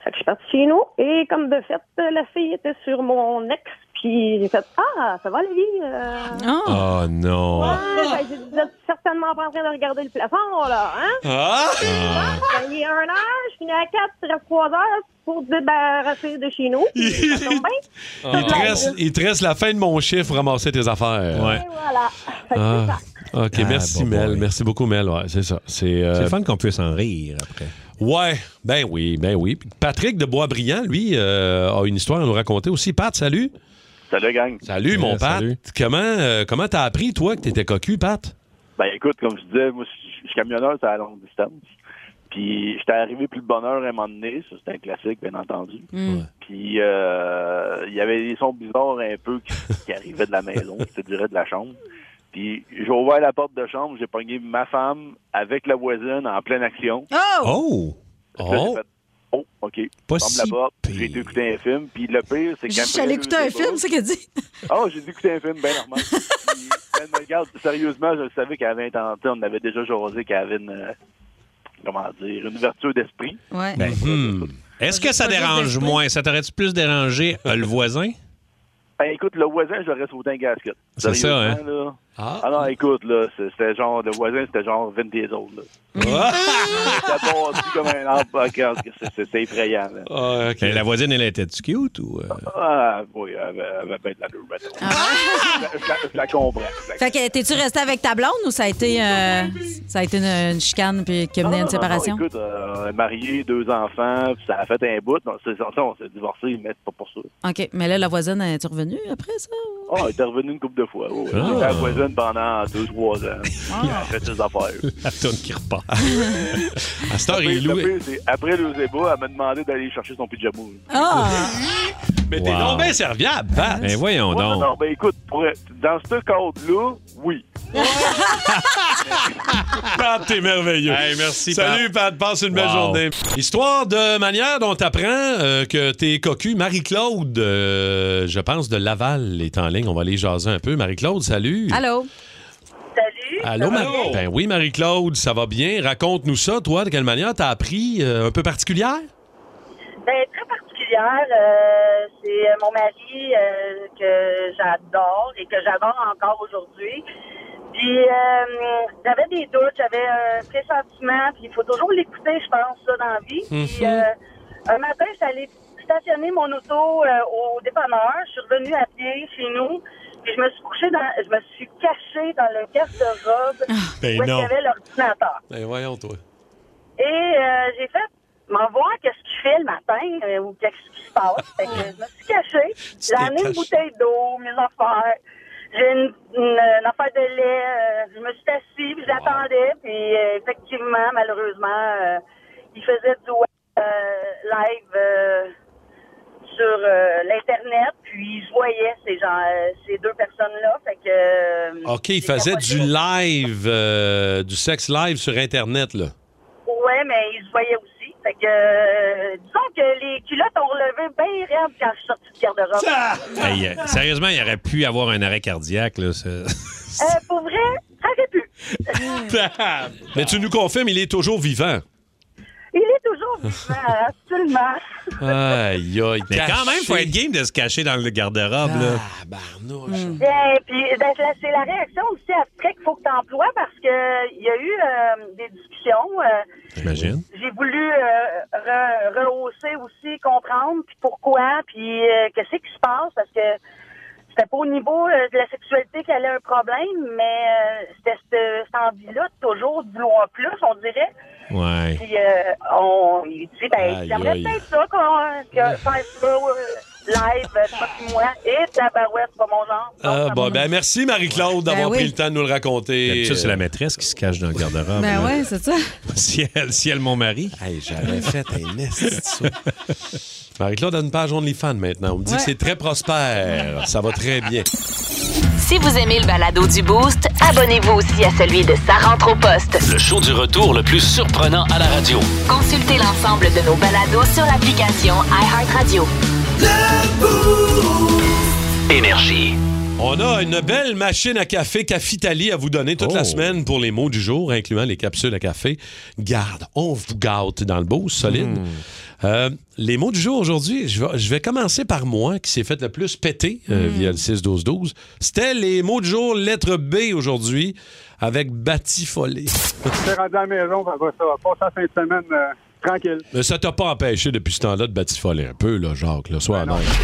Speaker 11: Fait que je suis partie chez nous, et comme de fait, euh, la fille était sur mon ex, puis j'ai fait Ah, ça va, Lévi euh...
Speaker 12: Ah.
Speaker 3: Oh non.
Speaker 11: Ouais, fait que j'ai dit, Vous êtes certainement pas en train de regarder le plafond, là, hein
Speaker 2: Ah!
Speaker 11: Ben, il est 1 heure, je finis à 4, il reste 3 heures pour te débarrasser de chez nous. Puis, ça tombe bien.
Speaker 3: Ah.
Speaker 2: Il,
Speaker 11: ben,
Speaker 2: te reste, il te reste la fin de mon chiffre, ramasser tes affaires.
Speaker 11: Et voilà. Fait que c'est ça.
Speaker 2: Ah. OK,
Speaker 3: Ah,
Speaker 2: merci,
Speaker 3: bon,
Speaker 2: Mel.
Speaker 3: bon, oui.
Speaker 2: Merci beaucoup, Mel. Ouais, c'est ça. C'est euh,
Speaker 3: C'est le fun qu'on puisse en rire après.
Speaker 2: Ouais, ben oui, ben oui. Puis Patrick de Boisbriand, lui, euh, a une histoire à nous raconter aussi. Pat, salut.
Speaker 18: Salut, gang.
Speaker 2: Eh, Salut, mon Pat. Comment euh, comment t'as appris, toi, que t'étais cocu, Pat?
Speaker 18: Ben écoute, comme je disais, moi, je je suis camionneur, c'est à longue distance. Puis j'étais arrivé plus de bonheur à un moment donné, ça c'était un classique, bien entendu. Puis euh, il y avait des sons bizarres un peu qui, qui arrivaient de la maison, je te dirais de la chambre. Puis j'ai ouvert la porte de chambre, j'ai pogné ma femme avec la voisine en pleine action.
Speaker 3: Oh!
Speaker 18: Puis là, j'ai fait, oh, OK.
Speaker 3: Pas
Speaker 18: Ferme
Speaker 3: si
Speaker 18: la porte, j'ai été écouter un film. Puis le pire, c'est quand...
Speaker 4: J'allais écouter un film, c'est qu'elle dit.
Speaker 18: Oh, j'ai dû écouter un film bien normal. Puis, elle me regarde, sérieusement, je le savais qu'elle avait intenté, on avait déjà jasé qu'elle avait une, euh, comment dire, une vertu d'esprit.
Speaker 4: Ouais.
Speaker 3: Ben,
Speaker 2: Mhm.
Speaker 3: hmm. Est-ce que ça dérange moins? Ça t'aurait-tu plus dérangé euh, le voisin?
Speaker 18: Ben, écoute, le voisin, je l'aurais sauté un gasket.
Speaker 3: C'est ça, hein?
Speaker 18: Sérieusement, là. Ah. non, écoute, là, c'est- c'était genre, le voisin, c'était genre Vin Diesel, là. C'était bâti comme un arbre, ok, en tout cas, c'est- c'est- c'est effrayant, là.
Speaker 2: Ah,
Speaker 3: Et Euh, La voisine, elle était-tu cute ou... euh?
Speaker 18: Ah, oui, elle avait- elle avait bien de la lourde, mettons. Je, la- je la comprends. je la
Speaker 4: Ah Fait que t'es-tu resté avec ta blonde ou ça a été, euh, ça a été une, une chicane puis qui a mené à une
Speaker 18: Non, non, non,
Speaker 4: séparation?
Speaker 18: Ah, écoute, euh, on est mariés, deux enfants, puis ça a fait un bout. On s'est, on s'est divorcés, mais c'est pas pour ça.
Speaker 4: OK. Mais là, la voisine, est revenue après ça?
Speaker 18: Ah, elle est revenue une couple de fois. oui.
Speaker 3: Ah.
Speaker 18: Elle était à la voisine pendant deux, trois ans.
Speaker 4: Ah.
Speaker 18: Elle a fait ses affaires.
Speaker 3: La tonne qui repart.
Speaker 2: à cette heure,
Speaker 18: Le pire, le pire, c'est, après le débat, elle m'a demandé d'aller chercher son pyjama.
Speaker 12: Ah!
Speaker 2: Mais t'es donc bien serviable, Pat.
Speaker 3: Ben voyons
Speaker 18: Ouais,
Speaker 3: donc.
Speaker 18: non, ben écoute, pour- dans ce cadre-là, oui.
Speaker 2: Pat, t'es merveilleux.
Speaker 3: merci,
Speaker 2: Salut, Pat. Passe une belle
Speaker 3: Wow.
Speaker 2: journée. Histoire de manière dont t'apprends euh, que t'es cocu. Marie-Claude, euh, je pense, de Laval est en ligne. On va aller jaser un peu. Marie-Claude, salut.
Speaker 4: Allô?
Speaker 2: Allô, Marie. Ben oui, Marie-Claude, ça va bien. Raconte-nous ça, toi, de quelle manière t'as appris euh, un peu particulière?
Speaker 11: Ben, très particulière. euh, c'est mon mari euh, que j'adore et que j'adore encore aujourd'hui. Puis, euh, j'avais des doutes, j'avais un pressentiment, puis il faut toujours l'écouter, je pense, ça, dans la vie. Puis,
Speaker 12: Mhm.
Speaker 11: euh, un matin, je suis allée stationner mon auto euh, au dépanneur. Je suis revenue à pied chez nous. Puis, je me suis couchée dans, je me suis cachée dans le garde-robe où
Speaker 2: Ben
Speaker 11: est-ce qu'il y
Speaker 2: non.
Speaker 11: avait l'ordinateur.
Speaker 2: Ben voyons, toi.
Speaker 11: Et euh, j'ai fait m'en voir qu'est-ce qu'il fait le matin euh, ou qu'est-ce qui se passe. Fait que je me suis cachée. J'ai
Speaker 12: t'es
Speaker 11: amené une
Speaker 12: cachée.
Speaker 11: bouteille d'eau, mes affaires. J'ai une, une- une affaire de lait. euh, je me suis assise, puis j'attendais. Puis euh, effectivement, malheureusement, euh, il faisait du euh, live euh, sur euh, l'Internet. Puis je voyais euh,
Speaker 2: OK, il faisait du live, euh, du sexe live sur Internet, là.
Speaker 11: Ouais, mais ils se voyaient aussi. Fait que, euh, disons que les culottes ont relevé bien raide quand je suis sortie de garde-robe.
Speaker 3: Hey, euh, sérieusement, il aurait pu avoir un arrêt cardiaque. Là, ce-
Speaker 11: Euh, pour vrai, ça aurait pu.
Speaker 3: Ben,
Speaker 2: Mais tu nous confirmes, il est toujours vivant.
Speaker 11: Il est toujours vivant, absolument.
Speaker 2: Euh, Aïe, aïe,
Speaker 3: Mais quand
Speaker 2: caché. Ah,
Speaker 3: même, faut être game de se cacher dans le garde-robe. là.
Speaker 11: Bien, puis ben, c'est la- c'est la réaction aussi après qu'il faut que tu emploies parce que il y a eu euh, des discussions. euh,
Speaker 3: J'imagine.
Speaker 11: j'ai voulu euh, re- rehausser aussi, comprendre puis pourquoi, puis euh, qu'est-ce qui se passe parce que c'était pas au niveau euh, de la sexualité qu'elle a un problème, mais euh, c'était cette, cette envie-là de toujours vouloir plus, on dirait.
Speaker 3: Ouais.
Speaker 11: Puis euh, on, il dit, ben,
Speaker 3: Aïe,
Speaker 11: j'aimerais
Speaker 3: aïe.
Speaker 11: peut-être ça qu'on que faire ça euh, live, euh, toi puis moi, et ta barouette, c'est pas mon genre.
Speaker 2: Ah, bon, ben merci Marie-Claude d'avoir
Speaker 11: Ben oui.
Speaker 2: pris le temps de nous le raconter.
Speaker 3: D'habitude, c'est la maîtresse qui se cache dans le garde-robe. Ah,
Speaker 11: Ben
Speaker 3: ben là.
Speaker 4: Ben c'est ça.
Speaker 3: Ciel, ciel, mon mari.
Speaker 2: J'avais fait un esti. Marie-Claude a une page OnlyFans maintenant. On me dit
Speaker 7: Ouais.
Speaker 2: que c'est très prospère. Ça va très bien.
Speaker 7: Si vous aimez le balado du Boost, abonnez-vous aussi à celui de Sa rentre au poste.
Speaker 12: Le show du retour le plus surprenant à la radio.
Speaker 7: Consultez l'ensemble de nos balados sur l'application iHeartRadio.
Speaker 12: Énergie.
Speaker 2: On a une belle machine à café Cafitali à vous donner toute
Speaker 3: Oh.
Speaker 2: la semaine pour les mots du jour, incluant les capsules à café. Garde, on vous gâte dans le beau, solide.
Speaker 3: Hmm.
Speaker 2: Euh, les mots du jour aujourd'hui, je vais, je vais commencer par moi qui s'est fait le plus péter
Speaker 3: Hmm.
Speaker 2: euh, via le 6-12-12. C'était les mots du jour lettre B aujourd'hui avec batifolé.
Speaker 17: T'es rendu à la maison, ça va, ça va. Passe la fin de semaine euh, tranquille.
Speaker 2: Mais ça t'a pas empêché depuis ce temps-là de batifoler un peu, là, Jacques, là, sois honnête.
Speaker 3: Ben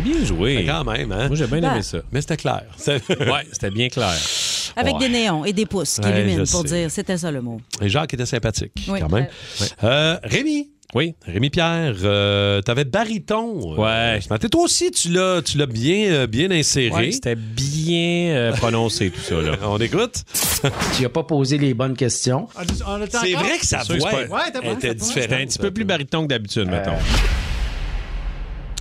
Speaker 3: C'était bien joué.
Speaker 2: quand même, hein?
Speaker 3: Moi, j'ai bien
Speaker 4: Ben.
Speaker 3: aimé ça.
Speaker 2: Mais c'était clair.
Speaker 3: ouais, c'était bien clair.
Speaker 4: Avec
Speaker 2: Ouais.
Speaker 4: des néons et des pouces qui
Speaker 2: Ouais,
Speaker 4: illuminent
Speaker 2: je
Speaker 4: pour
Speaker 2: sais.
Speaker 4: dire c'était ça le mot.
Speaker 2: Et Jacques était sympathique,
Speaker 4: Oui,
Speaker 2: quand même.
Speaker 4: ouais.
Speaker 2: Euh, Rémi. Oui. Rémi Pierre, euh, t'avais bariton. Ouais. toi aussi, tu l'as, tu l'as bien, euh, bien inséré.
Speaker 3: Ouais, c'était
Speaker 2: bien euh, prononcé, tout ça. On écoute.
Speaker 27: Tu n'as pas posé les bonnes questions.
Speaker 12: Ah,
Speaker 2: C'est vrai que sa
Speaker 3: C'est sûr que
Speaker 2: voix
Speaker 3: c'est pas- Ouais, t'as pas-
Speaker 2: était
Speaker 3: t'as pas- C'était un
Speaker 2: différente.
Speaker 3: petit peu plus bariton que d'habitude,
Speaker 2: Euh,
Speaker 3: mettons.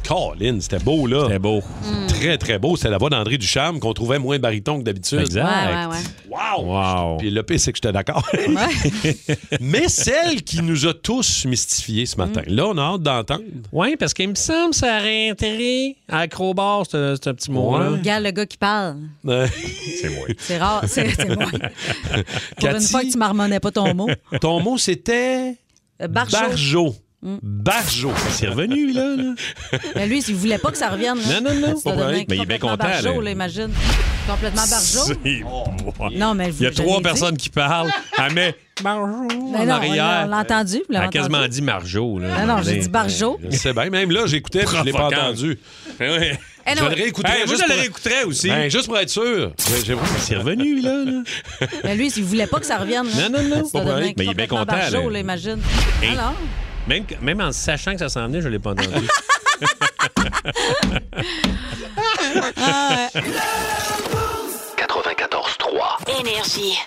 Speaker 2: Colin, c'était beau, là. C'était beau.
Speaker 4: Hmm.
Speaker 2: Très, très beau. C'était la voix d'André Ducharme qu'on trouvait moins bariton que d'habitude.
Speaker 4: Exact. Ouais, ouais,
Speaker 2: Wow! Puis le pire, c'est que j'étais d'accord. Mais celle qui nous a tous mystifiés ce matin.
Speaker 4: Hmm.
Speaker 2: Là, on a hâte d'entendre.
Speaker 3: Oui, parce qu'il me semble que ça aurait intérêt à Acrobar, ce ce petit mot-là.
Speaker 4: Regarde le gars qui parle.
Speaker 2: c'est moi.
Speaker 4: C'est rare. C'est c'est moi. Pour une fois que tu marmonnais pas ton mot.
Speaker 2: Ton mot, c'était.
Speaker 4: Euh, Barjot.
Speaker 2: Barjo.
Speaker 4: Mm.
Speaker 2: Barjo. C'est revenu, là.
Speaker 4: Mais lui, il voulait pas que ça revienne. là.
Speaker 3: Non, non, non,
Speaker 4: Ça
Speaker 3: pas
Speaker 4: donnait
Speaker 3: vrai. Mais il est bien
Speaker 4: complètement
Speaker 3: content,
Speaker 4: Barjot,
Speaker 3: là.
Speaker 4: là, imagine. Complètement barjot.
Speaker 3: C'est moi.
Speaker 4: Non, mais
Speaker 3: Il y a
Speaker 4: vous- je
Speaker 3: trois
Speaker 4: l'ai dit.
Speaker 3: personnes qui parlent. Elle met Marjo
Speaker 4: Mais
Speaker 3: en
Speaker 4: Ben non, on l'a-
Speaker 3: arrière.
Speaker 4: on l'a entendu, vous
Speaker 3: Elle
Speaker 4: l'avez
Speaker 3: a quasiment
Speaker 4: entendu. Ah
Speaker 3: dit Marjo. Là,
Speaker 4: Non, non, j'ai dit Barjo.
Speaker 2: Ben, Je sais bien. Même là, j'écoutais, puis je l'ai pas
Speaker 3: Provocante.
Speaker 2: entendu.
Speaker 4: Eh
Speaker 2: Je
Speaker 4: non.
Speaker 2: le réécouterais.
Speaker 3: Hey, moi,
Speaker 2: juste
Speaker 3: je le
Speaker 2: pour-
Speaker 3: réécouterais aussi. Ah,
Speaker 2: Ben, juste pour être sûr. C'est
Speaker 3: revenu, là.
Speaker 4: Mais lui, il voulait pas que ça revienne. là.
Speaker 3: Non, non, non.
Speaker 4: Ça
Speaker 3: Pas
Speaker 4: donnait
Speaker 3: vrai. Mais il est bien
Speaker 4: complètement
Speaker 3: content, là.
Speaker 4: barjot, là, imagine.
Speaker 3: Hey.
Speaker 4: Alors?
Speaker 3: Même, même en sachant que ça s'en venait, je ne l'ai pas entendu.
Speaker 7: Ah,
Speaker 12: 94.3.
Speaker 4: Ah,
Speaker 7: Énergie.